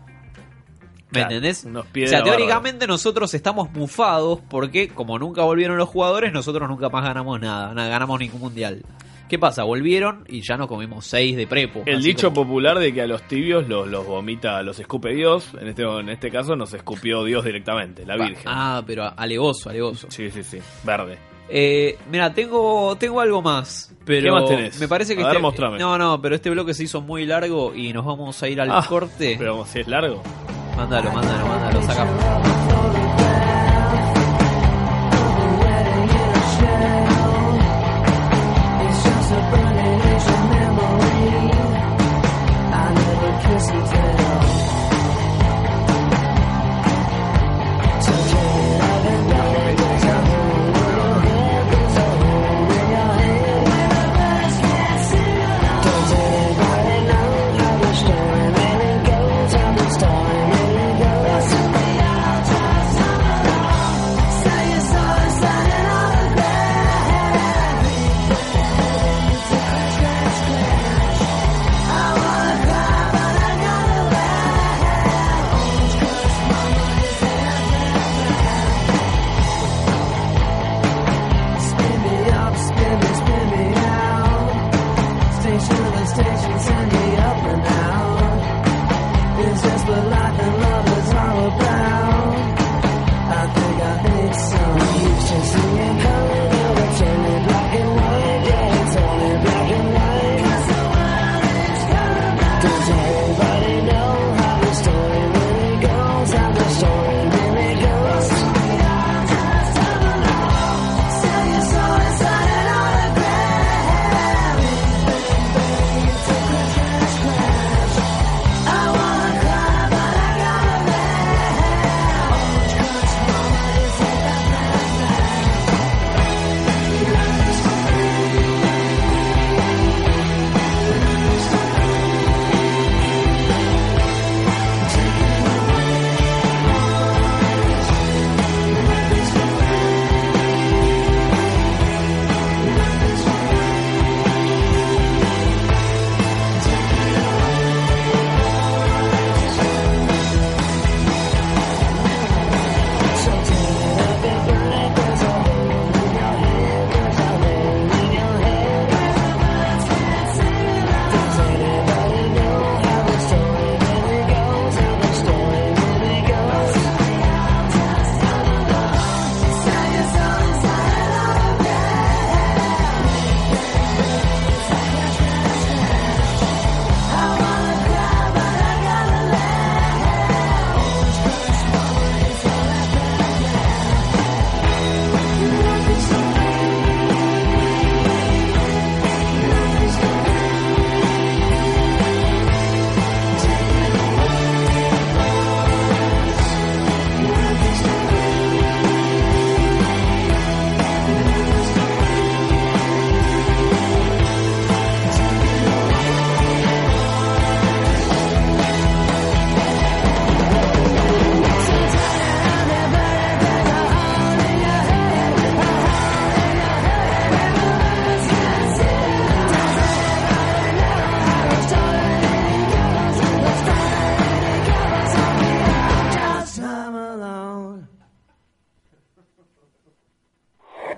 S7: ¿Me
S8: Claro,
S7: entendés?
S8: unos
S7: O
S8: piedras
S7: sea, teóricamente nosotros estamos mufados porque como nunca volvieron los jugadores, nosotros nunca más ganamos nada, nada ganamos ningún mundial. ¿Qué pasa? Volvieron y ya nos comimos seis de prepo.
S8: El
S7: Así
S8: dicho
S7: como-
S8: popular de que a los tibios los, los vomita, los escupe Dios, en este, en este caso nos escupió Dios directamente, la Virgen.
S7: Ah, pero alegoso, alegoso.
S8: Sí, sí, sí, verde.
S7: Eh, mira, tengo, tengo algo más. Pero
S8: ¿Qué más tenés?
S7: Me parece que
S8: A ver,
S7: este-
S8: mostrame.
S7: No, no, pero este bloque se hizo muy largo y nos vamos a ir al
S8: Ah,
S7: corte.
S8: Pero si es largo.
S7: Mándalo, mándalo, mándalo, sacamos.
S22: It's just a burning ancient memory. I never kissed a tell. So take it out and down it goes. I'm holding so holding your hand when I first met you. Does anybody know how the story really goes? How the story really goes? Something I'll try.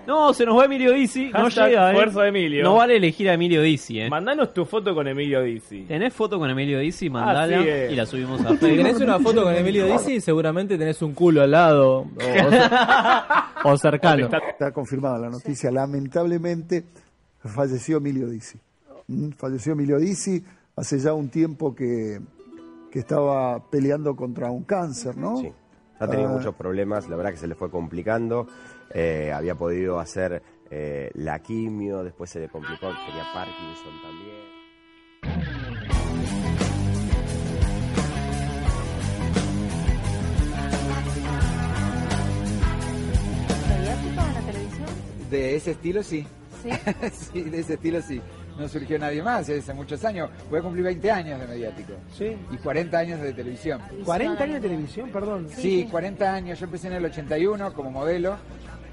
S7: No, se nos va Emilio Dizzi. No
S8: Hashtag
S7: llega, eh.
S8: fuerza Emilio.
S7: No vale elegir a Emilio Dizzi, eh.
S8: Mandanos tu foto con Emilio Dizzi.
S7: ¿Tenés foto con Emilio Dizzi? Mandala
S8: Así es.
S7: y la subimos a
S1: Si
S7: Facebook.
S1: tenés una foto con Emilio Dizzi, seguramente tenés un culo al lado. O, (laughs) o- o cercano.
S23: Está confirmada la noticia. Lamentablemente falleció Emilio Dizzi. Mm, Falleció Emilio Dizzi hace ya un tiempo que, que estaba peleando contra un cáncer, ¿no?
S24: Sí. Ha tenido
S23: Ah,
S24: muchos problemas, la verdad que se le fue complicando. Eh, había podido hacer eh, la quimio, después se le complicó, tenía Parkinson también.
S25: ¿Pediátrico en la televisión?
S26: De ese estilo sí. (laughs)
S25: Sí.
S9: (laughs)
S26: sí, de ese estilo sí. No surgió nadie más hace muchos años. Voy a cumplir 20 años de mediático. Sí. Y 40 años de televisión.
S25: 40 años
S26: de televisión, perdón. Sí, 40 años. Yo empecé en el 81 como modelo.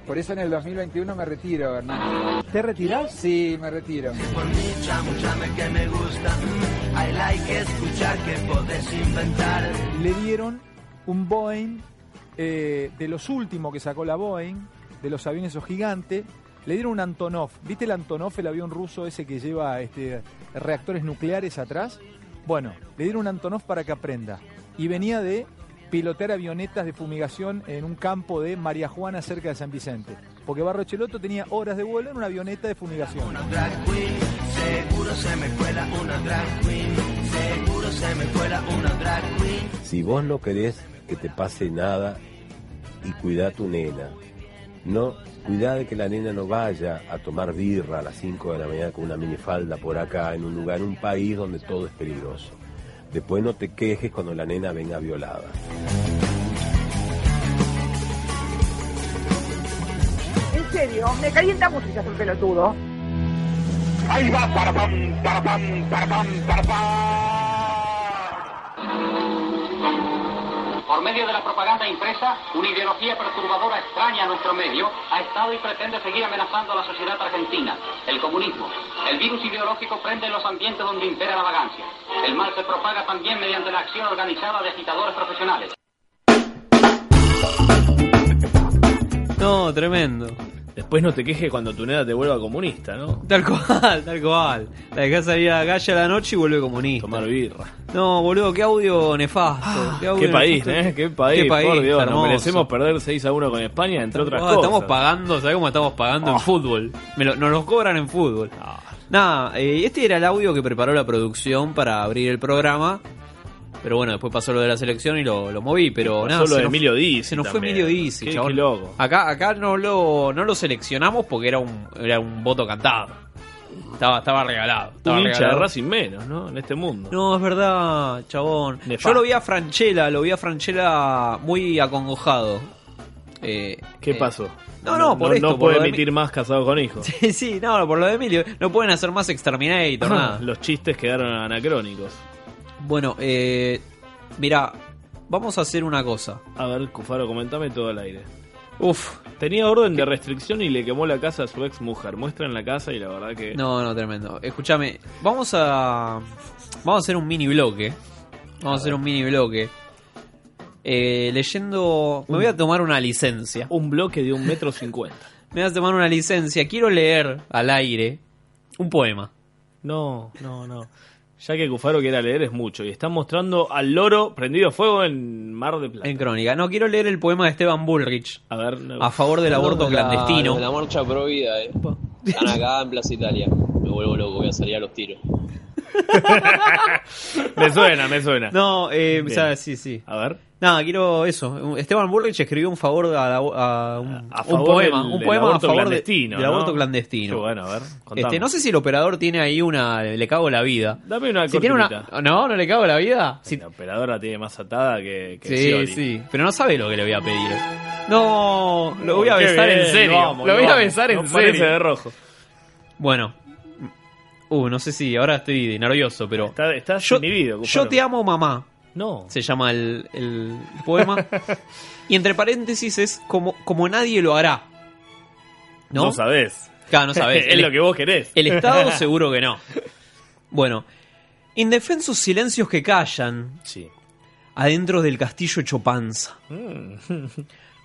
S26: Por eso en el 2021 me retiro, Hernán. ¿Te retirás? Sí, me retiro.
S22: Escúchame que me gusta.
S19: Mm,
S22: I like escuchar que podés inventar.
S1: Le dieron un Boeing, eh, de los últimos que sacó la Boeing, de los aviones esos gigantes, le dieron un Antonov. ¿Viste el Antonov, el avión ruso ese que lleva este, reactores nucleares atrás? Bueno, le dieron un Antonov para que aprenda. Y venía de pilotear avionetas de fumigación en un campo de María Juana cerca de San Vicente. Porque Barrochelotto tenía horas de vuelo en una avioneta de fumigación.
S22: Seguro se me cuela una drag queen. Seguro se me cuela una drag queen.
S27: Si vos no querés que te pase nada y cuidá a tu nena, no cuidá de que la nena no vaya a tomar birra a las 5 de la mañana con una minifalda por acá, en un lugar, en un país donde todo es peligroso. Después no te quejes cuando la nena venga violada.
S25: En serio, me calienta mucho si hace un pelotudo. Ahí va, para pam, para pam, para pam, para
S28: Por medio de la propaganda impresa, una ideología perturbadora extraña a nuestro medio ha estado y pretende seguir amenazando a la sociedad argentina. El comunismo, el virus ideológico prende en los ambientes donde impera la vagancia. El mal se propaga también mediante la acción organizada de agitadores profesionales.
S7: No, tremendo.
S8: Después no te quejes cuando tu nena te vuelva comunista, ¿no?
S7: Tal cual, tal cual. La dejás salir a la calle a la noche y vuelve comunista. Tomar
S8: birra. Ah,
S7: No, boludo, qué audio nefasto. Qué,
S8: Qué
S7: audio
S8: país,
S7: nefasto.
S8: ¿eh? Qué país, por Dios.
S7: hermoso.
S8: Nos merecemos perder 6 a 1 con España, entre otras
S7: Ah,
S8: cosas. Ah.
S7: Estamos pagando, ¿sabes cómo estamos pagando en fútbol? Me lo- nos los cobran en fútbol. Nada, eh, este era el audio que preparó la producción para abrir el programa. Pero bueno, después pasó lo de la selección y lo, lo moví, pero
S8: Pasó
S7: nada.
S8: lo
S7: se
S8: de
S7: nos-
S8: Emilio Dizzi
S7: Se nos fue
S8: también.
S7: Emilio Dizzi,
S8: Qué-
S7: chabón.
S8: qué loco.
S7: Acá, acá no, lo, no lo seleccionamos porque era un, era un voto cantado. Estaba, estaba regalado.
S8: Un
S7: Estaba
S8: hincha de
S7: regalado.
S8: Racing menos, ¿no? En este mundo.
S7: No, es
S8: Ah,
S7: verdad, chabón.
S8: Nefasto.
S7: Yo lo vi a Franchella, lo vi a Franchella muy acongojado. Eh,
S8: ¿Qué pasó?
S7: No, no, por esto.
S8: No
S7: por
S8: puede
S7: lo de
S8: emitir más casado con hijos.
S7: (laughs) Sí, sí, no, por lo de Emilio. No pueden hacer
S8: (laughs)
S7: más Exterminator, nada.
S8: Los chistes quedaron anacrónicos.
S7: Bueno, eh, mira, vamos a hacer una cosa.
S8: A ver, Cufaro, comentame todo al aire.
S7: Uf.
S8: Tenía orden de restricción y le quemó la casa a su ex mujer. Muestran la casa y la verdad que.
S7: No, no, tremendo. Escúchame, vamos a. Vamos a hacer un mini bloque. Vamos a hacer un mini bloque. Eh, leyendo. Me voy a tomar una licencia.
S8: Un bloque de un metro cincuenta.
S7: (laughs) Me voy a tomar una licencia. Quiero leer al aire un poema.
S8: No, no, no. Ya que Cufaro quiera leer es mucho. Y están mostrando al loro prendido a fuego en Mar de Plata.
S7: En crónica. No, quiero leer el poema de Esteban Bullrich.
S8: A ver.
S7: A favor del aborto
S29: No, de la-
S7: clandestino.
S29: de La marcha pro vida, eh. Están acá en Plaza Italia. Me vuelvo loco, voy a salir a los tiros.
S8: (laughs) Me suena, me suena.
S7: No, eh, o
S8: Bien.
S7: sea, sí, sí.
S8: A ver.
S7: Nada, quiero eso. Esteban Bullrich escribió un favor a, la- a un, un
S8: favor
S7: poema,
S8: del-
S7: un
S8: del
S7: poema a
S8: aborto
S7: favor de-
S8: clandestino,
S7: del
S8: ¿no?
S7: aborto clandestino.
S8: Qué bueno, a ver, contame.
S7: Este, no sé si el operador tiene ahí una, le cago la vida.
S8: Dame una
S7: Si tiene
S8: cortinita.
S7: una- no, no le cago la vida. Si-
S8: La operadora tiene más atada que. que
S7: sí,
S8: Scioli.
S7: sí, pero no sabe lo que le voy a pedir. No, lo voy a
S8: Qué
S7: besar
S8: bien,
S7: en serio.
S8: lo amo,
S7: lo voy a
S8: amo.
S7: besar en
S8: Nos
S7: serio.
S8: parece de rojo.
S7: Bueno. Uh, no sé si ahora estoy nervioso, pero.
S8: estás inhibido, Cufaro.
S7: Yo te amo, mamá.
S8: No.
S7: Se llama el, el
S8: (laughs)
S7: poema. y entre paréntesis es como, como nadie lo hará. ¿No?
S8: No sabés.
S7: Claro, no sabés.
S8: (laughs) Es
S7: El-
S8: lo que vos querés. (laughs)
S7: El Estado seguro que no. Bueno. Indefensos silencios que callan.
S8: Sí.
S7: Adentro
S8: Mm. (laughs)
S7: del castillo hecho panza.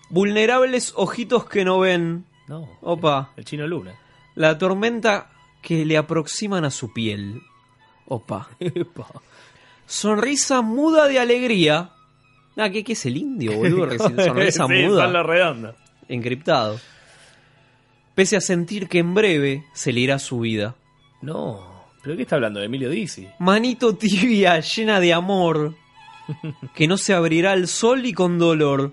S7: Vulnerables ojitos que no ven.
S8: No.
S7: Opa.
S8: El chino Luna.
S7: La tormenta que le aproximan a su piel. Opa. Sonrisa muda de alegría. Ah, ¿qué, qué es el
S8: (laughs)
S7: indio, boludo? Recién Sonrisa
S8: Sí,
S7: muda.
S8: son la redonda.
S7: Encriptado. Pese a sentir que en breve se le irá su vida.
S8: No. ¿Pero qué está hablando? de Emilio Dizzi.
S7: Manito tibia llena
S8: (laughs)
S7: de amor. Que no se abrirá al sol y con dolor.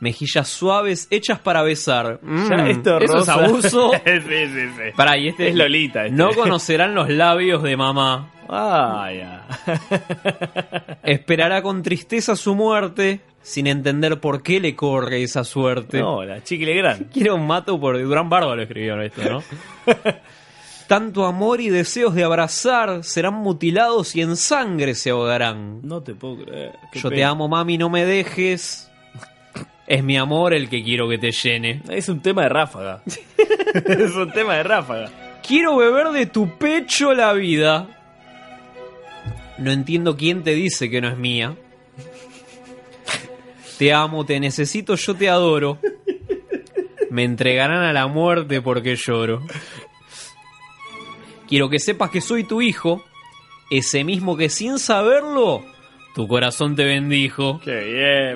S7: Mejillas suaves hechas para besar. Mm,
S8: Ya esto
S7: eso es
S8: rosa.
S7: abuso.
S8: (laughs) sí, sí, sí.
S7: Pará, y este
S8: es Lolita. este.
S7: No conocerán los labios de mamá.
S8: (laughs) Ah, ya. (laughs)
S7: Esperará con tristeza su muerte, sin entender por qué le corre esa suerte.
S8: No, la chiquile gran.
S7: (laughs) Quiero un mato por Durán Barba lo escribió esto,
S8: (laughs)
S7: ¿no? Tanto amor y deseos de abrazar serán mutilados y en sangre se ahogarán.
S8: No te puedo creer. Qué
S7: Yo te
S8: pena.
S7: amo, mami, no me dejes. Es mi amor el que quiero que te llene.
S8: Es un tema de ráfaga. es un tema de ráfaga.
S7: Quiero beber de tu pecho la vida. No entiendo quién te dice que no es mía. Te amo, te necesito, yo te adoro. Me entregarán a la muerte porque lloro. Quiero que sepas que soy tu hijo, ese mismo que sin saberlo, tu corazón te bendijo.
S8: Qué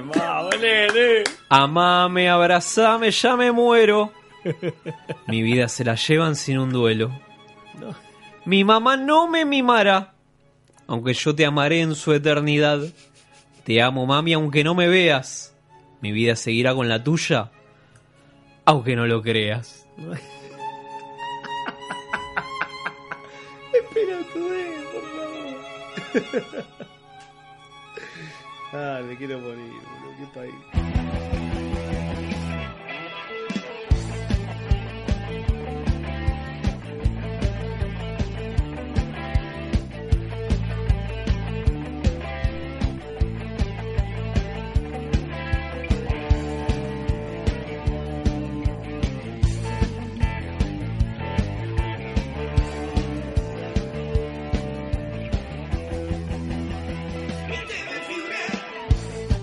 S8: bien, vamos, nene.
S7: Amame, abrazame, ya me muero. Mi vida se la llevan sin un duelo.
S8: No.
S7: Mi mamá no me mimará, aunque yo te amaré en su eternidad. Te amo, mami, aunque no me veas. Mi vida seguirá con la tuya, aunque no lo creas.
S8: Espera tu por favor.
S25: (laughs)
S8: ah, me quiero morir, boludo. Qué país.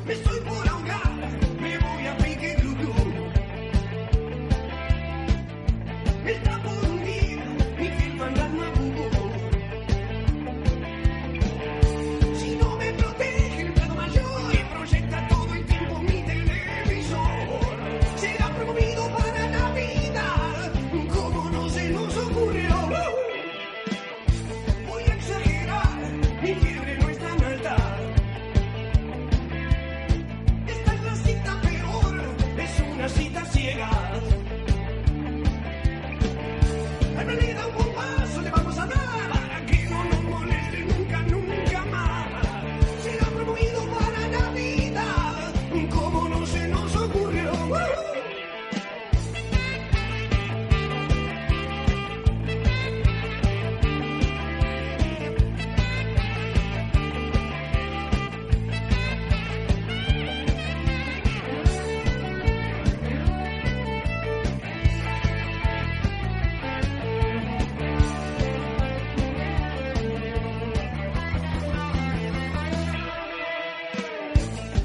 S22: Me estoy por ahogar, me voy a pique glu glu. Me está por hundir, mi piel va andando a bubú. Si no me protege el plato mayor, proyecta todo el tiempo mi televisor. Será prohibido para Navidad, como no se nos ocurrió. Voy a exagerar, mi fiebre no es tan alta. Esta es la cita peor, es una cita ciega. En realidad un bombazo le vamos a dar para que no nos moleste nunca, nunca más. Será promovido para Navidad, como no se nos ocurrió.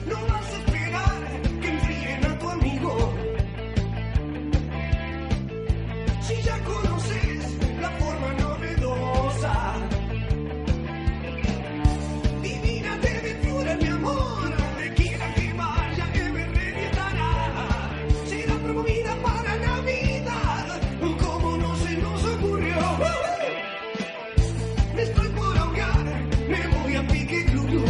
S22: No vas a esperar que enfríen a tu amigo. Si ya conoces la forma novedosa. Divina te depura, mi amor. Donde quiera que vaya, que me revientará. Será promovida para Navidad. Como no se nos ocurrió. Me estoy por ahogar, me voy a pique glu glu.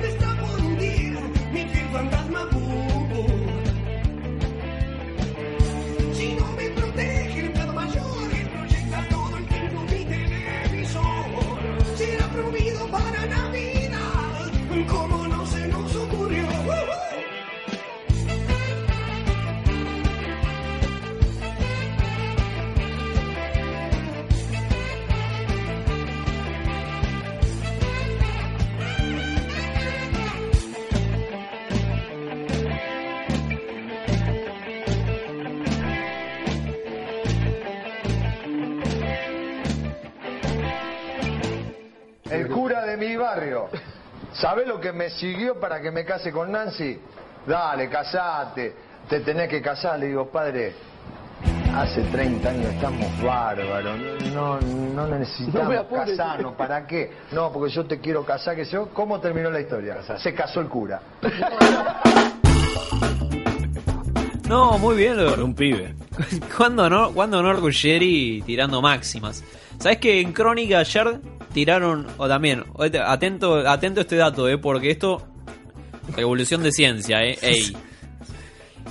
S22: Me está por hundir mi fiel fantasma Bubu. Si no me protege el plato mayor, que proyecta todo el tiempo mi televisor. Será prohibido para Navidad, como no se nos ocurrió.
S2: El cura de mi barrio. ¿Sabe lo que me siguió para que me case con Nancy? dale, casate, te tenés que casar. Le digo, padre, hace 30 años estamos bárbaros, no, no No necesitamos me apures. casarnos, ¿para qué? No, porque yo te quiero casar, que yo, ¿cómo terminó la historia? Se casó el cura.
S7: No, muy bien. Por
S8: un
S7: (laughs)
S8: pibe.
S7: ¿Cuándo no, cuándo no Ruggeri tirando máximas? ¿Sabes que en Crónica ayer tiraron, o también, oíte, atento, atento a este dato, eh, porque esto, revolución de ciencia, eh,
S8: (laughs)
S7: ey.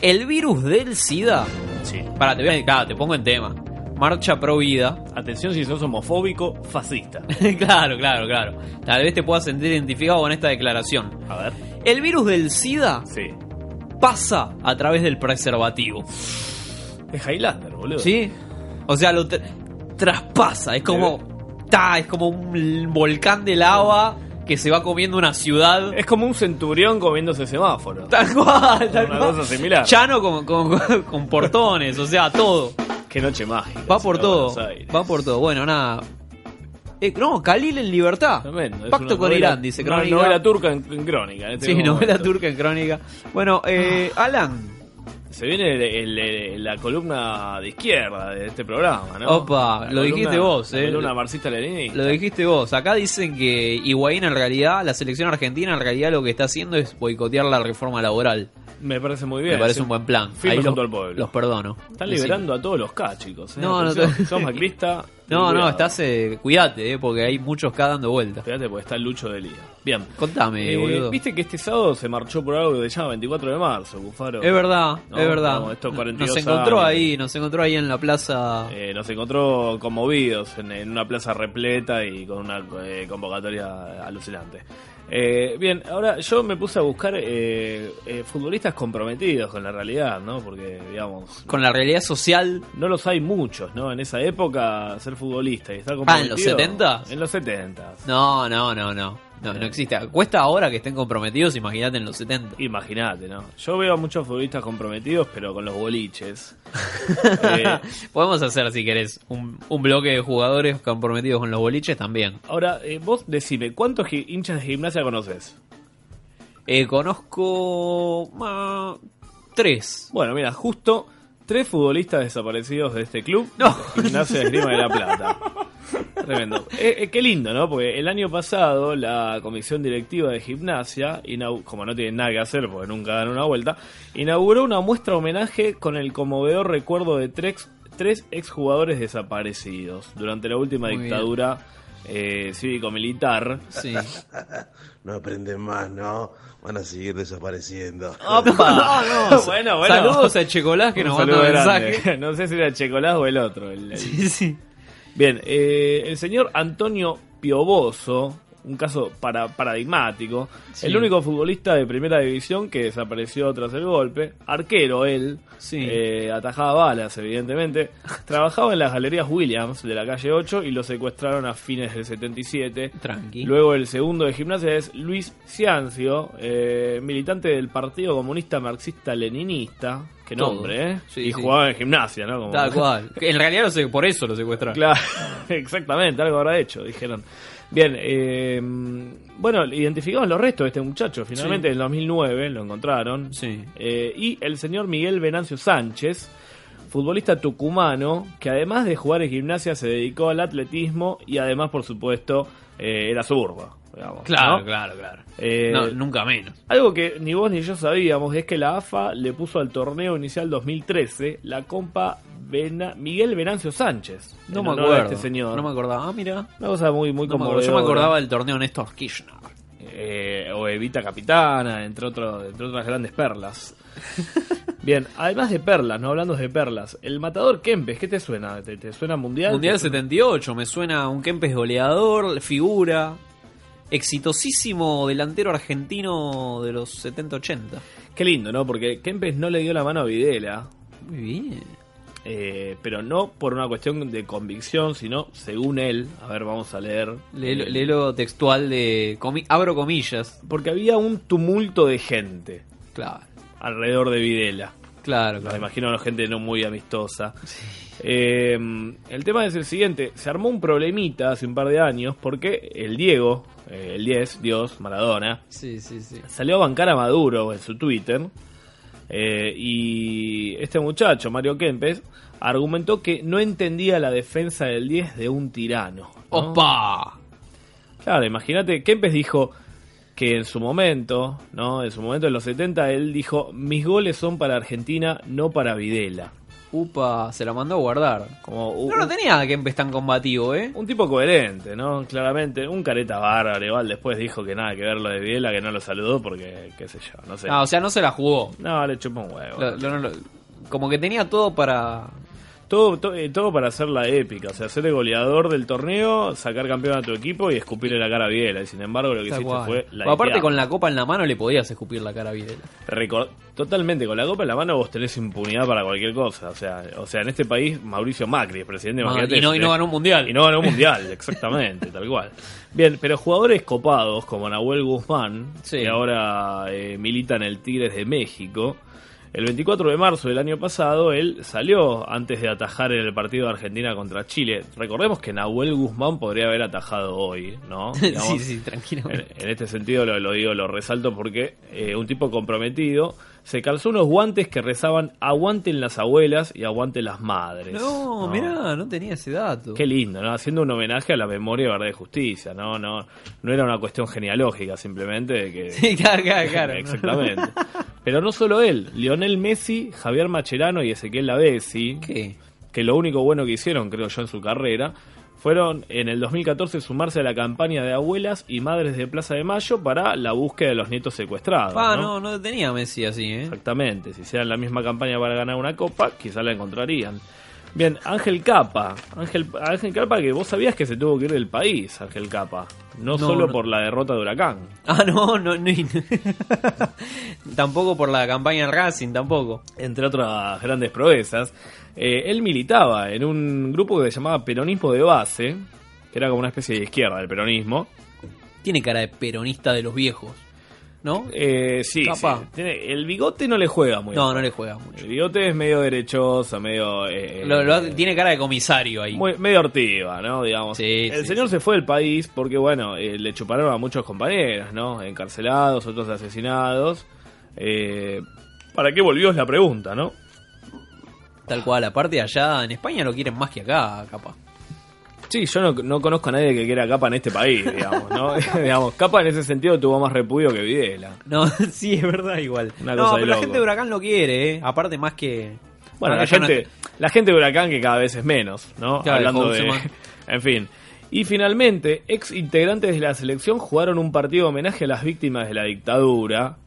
S7: El virus del SIDA. Sí. Para, te, voy a- claro, te pongo en tema. Marcha pro vida.
S8: Atención si sos homofóbico, fascista.
S7: (laughs) claro, claro, claro. Tal vez te puedas sentir identificado con esta declaración.
S8: A ver.
S7: El virus del SIDA
S8: sí.
S7: pasa a través del preservativo.
S8: Es Highlander, boludo.
S7: Sí. O sea, lo tra- traspasa. Es como. Ta, es como un volcán de lava que se va comiendo
S8: (laughs)
S7: una ciudad. (laughs)
S8: Es como un centurión comiéndose semáforo.
S7: Tal cual, tal
S8: Una
S7: cual.
S8: cosa similar.
S7: Chano con, con- con- (laughs) con portones, o sea, todo.
S8: Qué noche mágica.
S7: Va por
S8: Ciudad
S7: todo.
S8: de Buenos Aires.
S7: Va por todo. Bueno, nada. Eh, no, Khalil en libertad.
S8: Tremendo, es
S7: Pacto
S8: una
S7: con
S8: novela-
S7: Irán, dice
S8: una
S7: Crónica.
S8: novela turca en, en Crónica. en este
S7: sí,
S8: momento. Ah.
S7: novela turca en Crónica. Bueno, eh, Alan.
S8: Se viene el- el- el- la columna de izquierda de este programa, ¿no?
S7: Opa,
S8: La
S7: lo dijiste vos,
S8: la
S7: eh.
S8: columna marxista-leninista.
S7: Lo dijiste vos. Acá dicen que Higuaín en realidad, la selección argentina en realidad lo que está haciendo es boicotear la reforma laboral.
S8: Me parece muy bien.
S7: Me parece
S8: sí.
S7: un buen plan.
S8: Firme
S7: Ahí
S8: junto al
S7: los,
S8: pueblo.
S7: los perdono.
S8: Están
S7: Decime.
S8: liberando a todos los K, chicos. ¿eh?
S7: No, no,
S8: Atención,
S7: te-
S8: sos macrista.
S7: (laughs) No,
S8: cuidado.
S7: no, estás. eh, cuídate, eh, porque hay muchos K dando vueltas.
S8: Espérate, porque está Lucho de Lía. Bien.
S7: Contame,
S8: Eh,
S7: boludo.
S8: Viste que este sábado se marchó por algo que se llama 24 de marzo, Cufaro.
S7: Es verdad,
S8: No,
S7: es verdad.
S8: no, estos 42
S7: nos encontró
S8: años.
S7: ahí, nos encontró ahí en la plaza.
S8: Eh, nos encontró conmovidos en, en una plaza repleta y con una eh, convocatoria alucinante. Eh, bien, ahora yo me puse a buscar eh, eh, futbolistas comprometidos con la realidad, ¿no? Porque, digamos...
S7: Con la realidad social...
S8: No los hay muchos, ¿no? En esa época, ser futbolista y estar
S7: Ah, ¿en
S8: comprometido...
S7: los 70?
S8: En los 70.
S7: No, no, no, no. No,
S8: Eh.
S7: no existe. Cuesta ahora que estén comprometidos, imagínate en los 70.
S8: Imagínate,
S7: (laughs)
S8: ¿no? Yo veo a muchos futbolistas comprometidos, pero con los boliches.
S7: Podemos hacer, si querés, un, un bloque de jugadores comprometidos con los boliches también.
S8: Ahora, eh, vos decime, ¿cuántos gi- hinchas de gimnasia conoces?
S7: Eh, conozco. ah, tres.
S8: Bueno, mira, justo tres futbolistas desaparecidos de este club. No. Gimnasia de Esgrima de la Plata. Tremendo. Eh, eh, qué lindo, ¿no? Porque el año pasado la comisión directiva de gimnasia, inau- como no tienen nada que hacer porque nunca dan una vuelta, inauguró una muestra homenaje con el conmovedor recuerdo de tres, tres exjugadores desaparecidos durante la última
S12: Muy bien.
S8: dictadura eh, cívico-militar.
S7: Sí.
S12: No aprenden más, ¿no? Van a seguir desapareciendo. (laughs)
S8: (laughs)
S7: No, no.
S8: bueno, bueno.
S7: Saludos a Checolás que
S8: Un
S7: nos manda
S8: saludo
S7: mensaje.
S8: grande. (laughs) No sé si era Checolás o el otro. el- el- Bien, eh, el señor Antonio Pioboso, un caso para, paradigmático,
S7: Sí.
S8: el único futbolista de primera división que desapareció tras el golpe, arquero él, eh, atajaba balas
S7: (laughs)
S8: evidentemente, trabajaba en las galerías Williams de la calle 8 y lo secuestraron a fines del 77.
S7: Tranqui.
S8: Luego el segundo de gimnasia es Luis Ciancio, eh, militante del Partido Comunista Marxista-Leninista, qué
S7: Todo.
S8: nombre, ¿eh?
S7: Sí,
S8: y
S7: sí.
S8: jugaba en gimnasia, ¿no? Como- (laughs)
S7: Tal cual. En realidad lo sé, por eso lo secuestraron.
S8: Claro, (laughs) exactamente, algo habrá hecho, dijeron. Bien, eh, bueno, identificaban los restos de este muchacho. Finalmente,
S7: Sí.
S8: en 2009 lo encontraron. Eh, y el señor Miguel Venancio Sánchez, futbolista tucumano, que además de jugar en gimnasia se dedicó al atletismo y además, por supuesto, eh, era zurdo. digamos,
S7: Claro,
S8: ¿no?
S7: claro, claro.
S8: Eh,
S7: No, nunca menos.
S8: Algo que ni vos ni yo sabíamos es que la AFA le puso al torneo inicial 2013 la compa Vena- Miguel Venancio Sánchez.
S7: No
S8: en
S7: me
S8: honor a
S7: acuerdo.
S8: este señor.
S7: No me acordaba. Ah, mira.
S8: Una cosa muy, muy
S7: No me acuerdo.
S8: conmovedora.
S7: Yo me acordaba del torneo Néstor Kirchner.
S8: Eh, o Evita Capitana, entre, otro, entre otras grandes perlas. Bien, además de perlas, no hablando de perlas, el matador Kempes, ¿qué te suena? ¿Te, te suena mundial?
S7: Mundial
S8: ¿Te suena-
S7: 78, me suena un Kempes goleador, figura, exitosísimo delantero argentino de los 70-80.
S8: Qué lindo, ¿no? Porque Kempes no le dio la mano a Videla.
S7: Muy bien.
S8: Eh, pero no por una cuestión de convicción, sino según él. A ver, vamos a leer.
S7: Léelo,
S8: Eh,
S7: léelo textual de... comi- abro comillas.
S8: Porque había un tumulto de gente.
S7: Claro.
S8: Alrededor de Videla.
S7: Claro,
S8: Me imagino a la gente no muy amistosa. Eh, el tema es el siguiente. Se armó un problemita hace un par de años porque el Diego, eh, el 10, Dios, Maradona,
S7: Sí, sí, sí.
S8: salió a bancar a Maduro en su Twitter. eh, y este muchacho, Mario Kempes, argumentó que no entendía la defensa del 10 de un tirano. ¿no?
S7: ¡Opa!
S8: Claro, imagínate, Kempes dijo que en su momento, ¿no? En su momento, en los 70, él dijo, mis goles son para Argentina, no para Videla.
S7: Upa, se la mandó a guardar.
S8: Como,
S7: No lo tenía Kempes tan combativo, ¿eh?
S8: Un tipo coherente, ¿no? Claramente, un careta bárbaro, igual después dijo que nada que ver lo de Videla, que no lo saludó porque, qué sé yo, no sé.
S7: Ah, o sea, no se la jugó.
S8: No, le chupó un huevo.
S7: Lo- lo- lo- como que tenía todo para...
S8: Todo, to- eh, todo para hacer la épica, o sea, ser el goleador del torneo, sacar campeón a tu equipo y escupirle la cara a Videla. Y sin embargo, lo que
S7: Tal
S8: hiciste
S7: cual.
S8: fue la
S7: Bueno, aparte
S8: idea.
S7: con la copa en la mano le podías escupir la cara a Videla.
S8: Recor- Totalmente, con la copa en la mano vos tenés impunidad para cualquier cosa. O sea, o sea en este país, Mauricio Macri es presidente.
S7: Ma-
S8: imagínate,
S7: y no- y no
S8: eh,
S7: ganó un mundial.
S8: Y no
S7: (laughs)
S8: ganó un mundial, exactamente, tal cual. Bien, pero jugadores copados como Nahuel Guzmán, que ahora eh, milita en el Tigres de México, el 24 de marzo del año pasado él salió antes de atajar en el partido de Argentina contra Chile. Recordemos que Nahuel Guzmán podría haber atajado hoy, ¿no?
S7: (laughs) Sí,
S8: Digamos,
S7: sí, tranquilo. (laughs)
S8: en, en este sentido lo, lo digo, lo resalto porque eh, un tipo comprometido se calzó unos guantes que rezaban aguanten las abuelas y aguanten las madres.
S7: No, mirá, no tenía ese dato.
S8: Qué lindo, ¿no? Haciendo un homenaje a la memoria de verdad y justicia, ¿no? No, no era una cuestión genealógica, simplemente de que...
S7: Sí, claro,
S8: Ah, (laughs)
S7: claro, claro.
S8: Exactamente. Pero no solo él, Lionel Messi, Javier Macherano y Ezequiel Lavesi, que lo único bueno que hicieron, creo yo, en su carrera, fueron en el 2014 sumarse a la campaña de abuelas y madres de Plaza de Mayo para la búsqueda de los nietos secuestrados.
S7: Ah,
S8: ¿no?
S7: no, no tenía Messi así, ¿eh?
S8: Exactamente, si hicieran la misma campaña para ganar una copa, quizás la encontrarían. Bien, Ángel Capa. Ángel, Ángel Capa, que vos sabías que se tuvo que ir del país, Ángel Capa. No,
S7: No,
S8: solo
S7: no.
S8: por la derrota de Huracán.
S7: Ah, no, no, no. y- (laughs) tampoco por la campaña en Racing, tampoco.
S8: entre otras grandes proezas, eh, él militaba en un grupo que se llamaba Peronismo de Base, que era como una especie de izquierda del peronismo.
S7: Tiene cara de peronista de los viejos, ¿no?
S8: Eh, sí,
S7: Capaz.
S8: sí. Tiene- el bigote no le juega muy
S7: No,
S8: bien.
S7: no le juega mucho.
S8: El bigote es medio derechoso, medio... eh,
S7: Lo- lo hace- tiene cara de comisario ahí.
S8: Muy- medio ortiva, ¿no? Digamos. el
S7: sí,
S8: señor se fue del país porque, bueno, eh, le chuparon a muchos compañeros, ¿no? Encarcelados, otros asesinados. Eh, ¿Para qué volvió es la pregunta, ¿no?
S7: Tal cual, aparte allá en España lo quieren más que acá, capaz.
S8: Sí, yo no, no conozco a nadie que quiera capa en este país, digamos, ¿no? (laughs) digamos, capa en ese sentido tuvo más repudio que Videla.
S7: No, (laughs) sí, es verdad, igual.
S8: Una
S7: no,
S8: cosa de
S7: pero la
S8: loco.
S7: gente de Huracán lo quiere, ¿eh? Aparte más que...
S8: Bueno, la
S7: más que yo no-
S8: gente, la gente de Huracán que cada vez es menos, ¿no?
S7: Claro,
S8: Hablando de...
S7: Houseman.
S8: (laughs) En fin. Y finalmente, ex integrantes de la selección jugaron un partido de homenaje a las víctimas de la dictadura.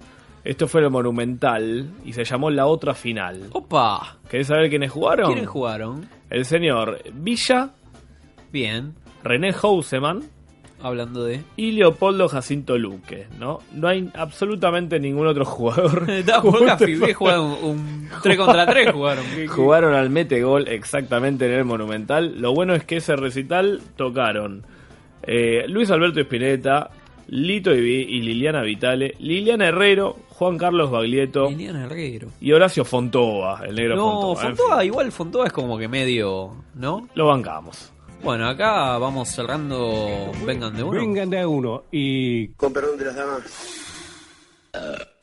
S8: Esto fue lo monumental y se llamó La Otra Final.
S7: ¡Opa!
S8: ¿Querés saber quiénes jugaron?
S7: ¿Quiénes jugaron?
S8: El señor Villa.
S7: Bien.
S8: René Houseman.
S7: Hablando de...
S8: Y Leopoldo Jacinto Luque, ¿no? No hay absolutamente ningún otro
S7: (laughs)
S8: jugador.
S4: Ah,
S7: Da Boca Fibé jugaron un 3 contra 3
S4: (laughs)
S7: jugaron. ¿Qué- qué?
S8: Jugaron al mete gol exactamente en el Monumental. Lo bueno es que ese recital tocaron eh, Luis Alberto Espineta, Lito Ibi- y Liliana Vitale, Liliana Herrero, Juan Carlos Baglietto
S7: Liliana Herrero.
S8: y Horacio Fontova, el negro
S7: No,
S8: Fontova. eh. En
S7: Fontova, igual Fontova es como que medio, ¿no?
S8: Lo bancamos.
S7: Bueno, acá vamos cerrando Vengan de uno.
S4: Vengan de uno y...
S12: Con perdón de las damas.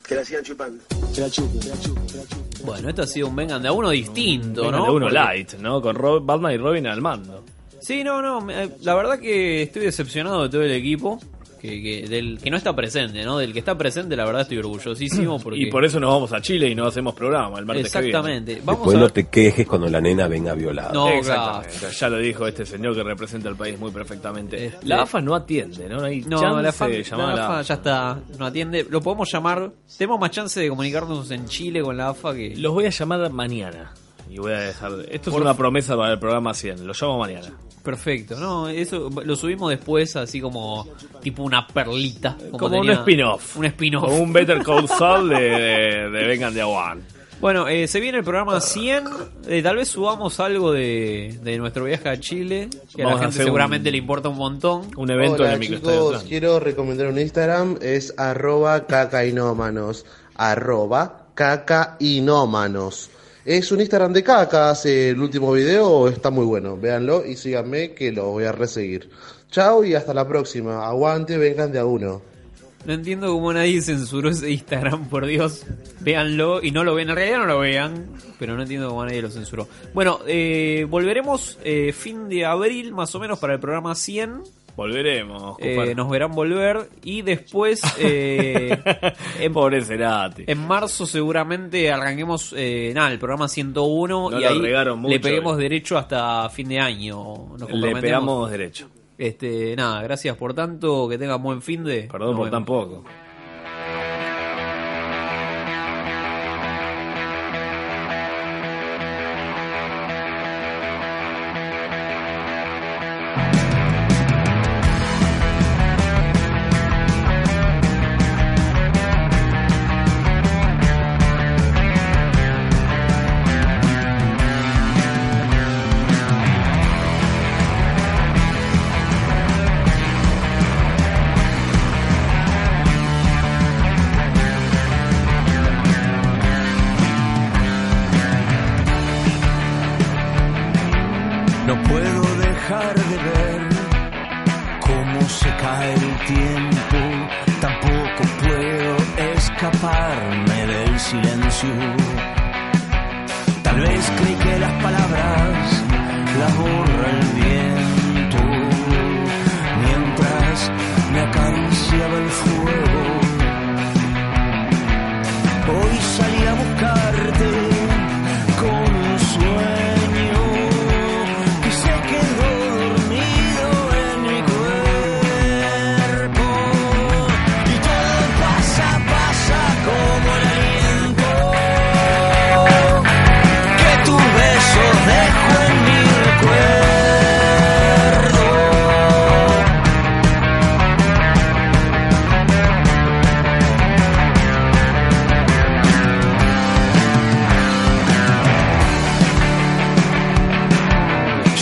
S12: Que la sigan chupando. Que la chupen, que la chupen, que la chupen.
S7: Bueno, esto ha sido un Vengan de a uno
S8: fin.
S7: distinto,
S8: Vengan
S7: ¿no?
S8: de uno
S7: Porque-
S8: light, ¿no? Con Rob- Batman y Robin al mando.
S7: Sí, no, no. me- La verdad que estoy decepcionado de todo el equipo. Que, que- del que no está presente, ¿no? Del que está presente, la verdad estoy orgullosísimo. Porque...
S8: (clears throat) Y por eso nos vamos a Chile y no hacemos programa el martes que viene.
S7: Exactamente. Vamos
S27: Después
S7: a
S27: no te quejes cuando la nena venga violada.
S7: No,
S8: Exactamente, ya lo dijo este señor que representa al país muy perfectamente.
S7: Este,
S8: La AFA no atiende, ¿no? No hay
S7: No,
S8: chance
S7: la AFA,
S8: de llamar a
S7: la
S8: la
S7: AFA ya está, no atiende. Lo podemos llamar. Tenemos más chance de comunicarnos en Chile con la AFA que.
S8: Los voy a llamar mañana. Y voy a dejar. Esto es
S7: Por
S8: una
S7: fa-
S8: promesa para el programa 100. Lo llamo mañana.
S7: Perfecto, no, eso lo subimos después, así como tipo una perlita. Como,
S8: Como un
S7: tenía-
S8: spin-off.
S7: Un spin-off.
S8: Como un Better Call Saul de, de, de Vengan de Aguán.
S7: (laughs) Bueno, eh, se viene el programa 100. eh, tal vez subamos algo de, de nuestro viaje a Chile, que a
S8: Vamos
S7: la
S8: a
S7: gente
S8: hacer
S7: seguramente
S8: un-
S7: le importa un montón.
S8: Un
S12: Hola, chicos, quiero recomendar un Instagram, es arroba cacainómanos, arroba
S5: cacainómanos. Es un Instagram de caca, hace el último video, está muy bueno. Véanlo y síganme que lo voy a reseguir. Chao y hasta la próxima. Aguante, vengan de a uno.
S7: No entiendo cómo nadie censuró ese Instagram, por Dios. Véanlo y no lo vean. En realidad no lo vean, pero no entiendo cómo nadie lo censuró. Bueno, eh, volveremos eh, fin de abril más o menos para el programa 100.
S8: Volveremos.
S7: Eh,
S8: compadre.
S7: nos verán volver y después
S8: (laughs)
S7: eh, en,
S8: Pobre Cerati.
S7: en marzo seguramente arranquemos eh, nada, el programa 101
S8: No
S7: y
S8: lo
S7: ahí
S8: regaron mucho,
S7: le peguemos
S8: eh.
S7: derecho hasta fin de año. Nos
S8: Le
S7: comprometemos.
S8: pegamos derecho.
S7: Este, nada, gracias por tanto, que tengan buen fin de.
S8: Perdón por tan poco.
S9: No puedo dejar de ver cómo se cae el tiempo. Tampoco puedo escaparme del silencio. Tal vez creí que las palabras las borra el viento. Mientras me acariciaba el fuego. Hoy salí a buscarte con un sueño que se quedó dormido en mi cuerpo. Y todo pasa, pasa como el aliento que tu beso dejó en mi recuerdo.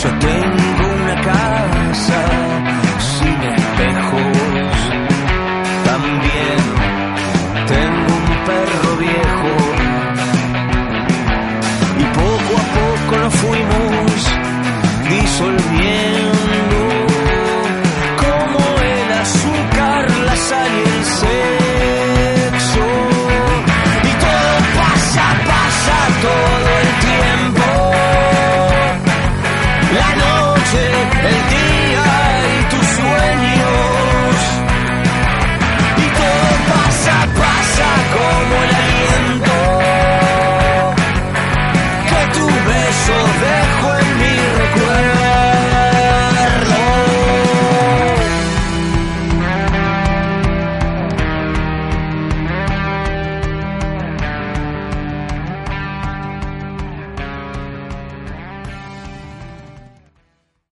S9: Yo tengo una casa sin espejos. También tengo un perro viejo. Y poco a poco nos fuimos disolviendo. Como el azúcar, la sal y el sexo. Y todo pasa, pasa todo el tiempo. La noche, el día.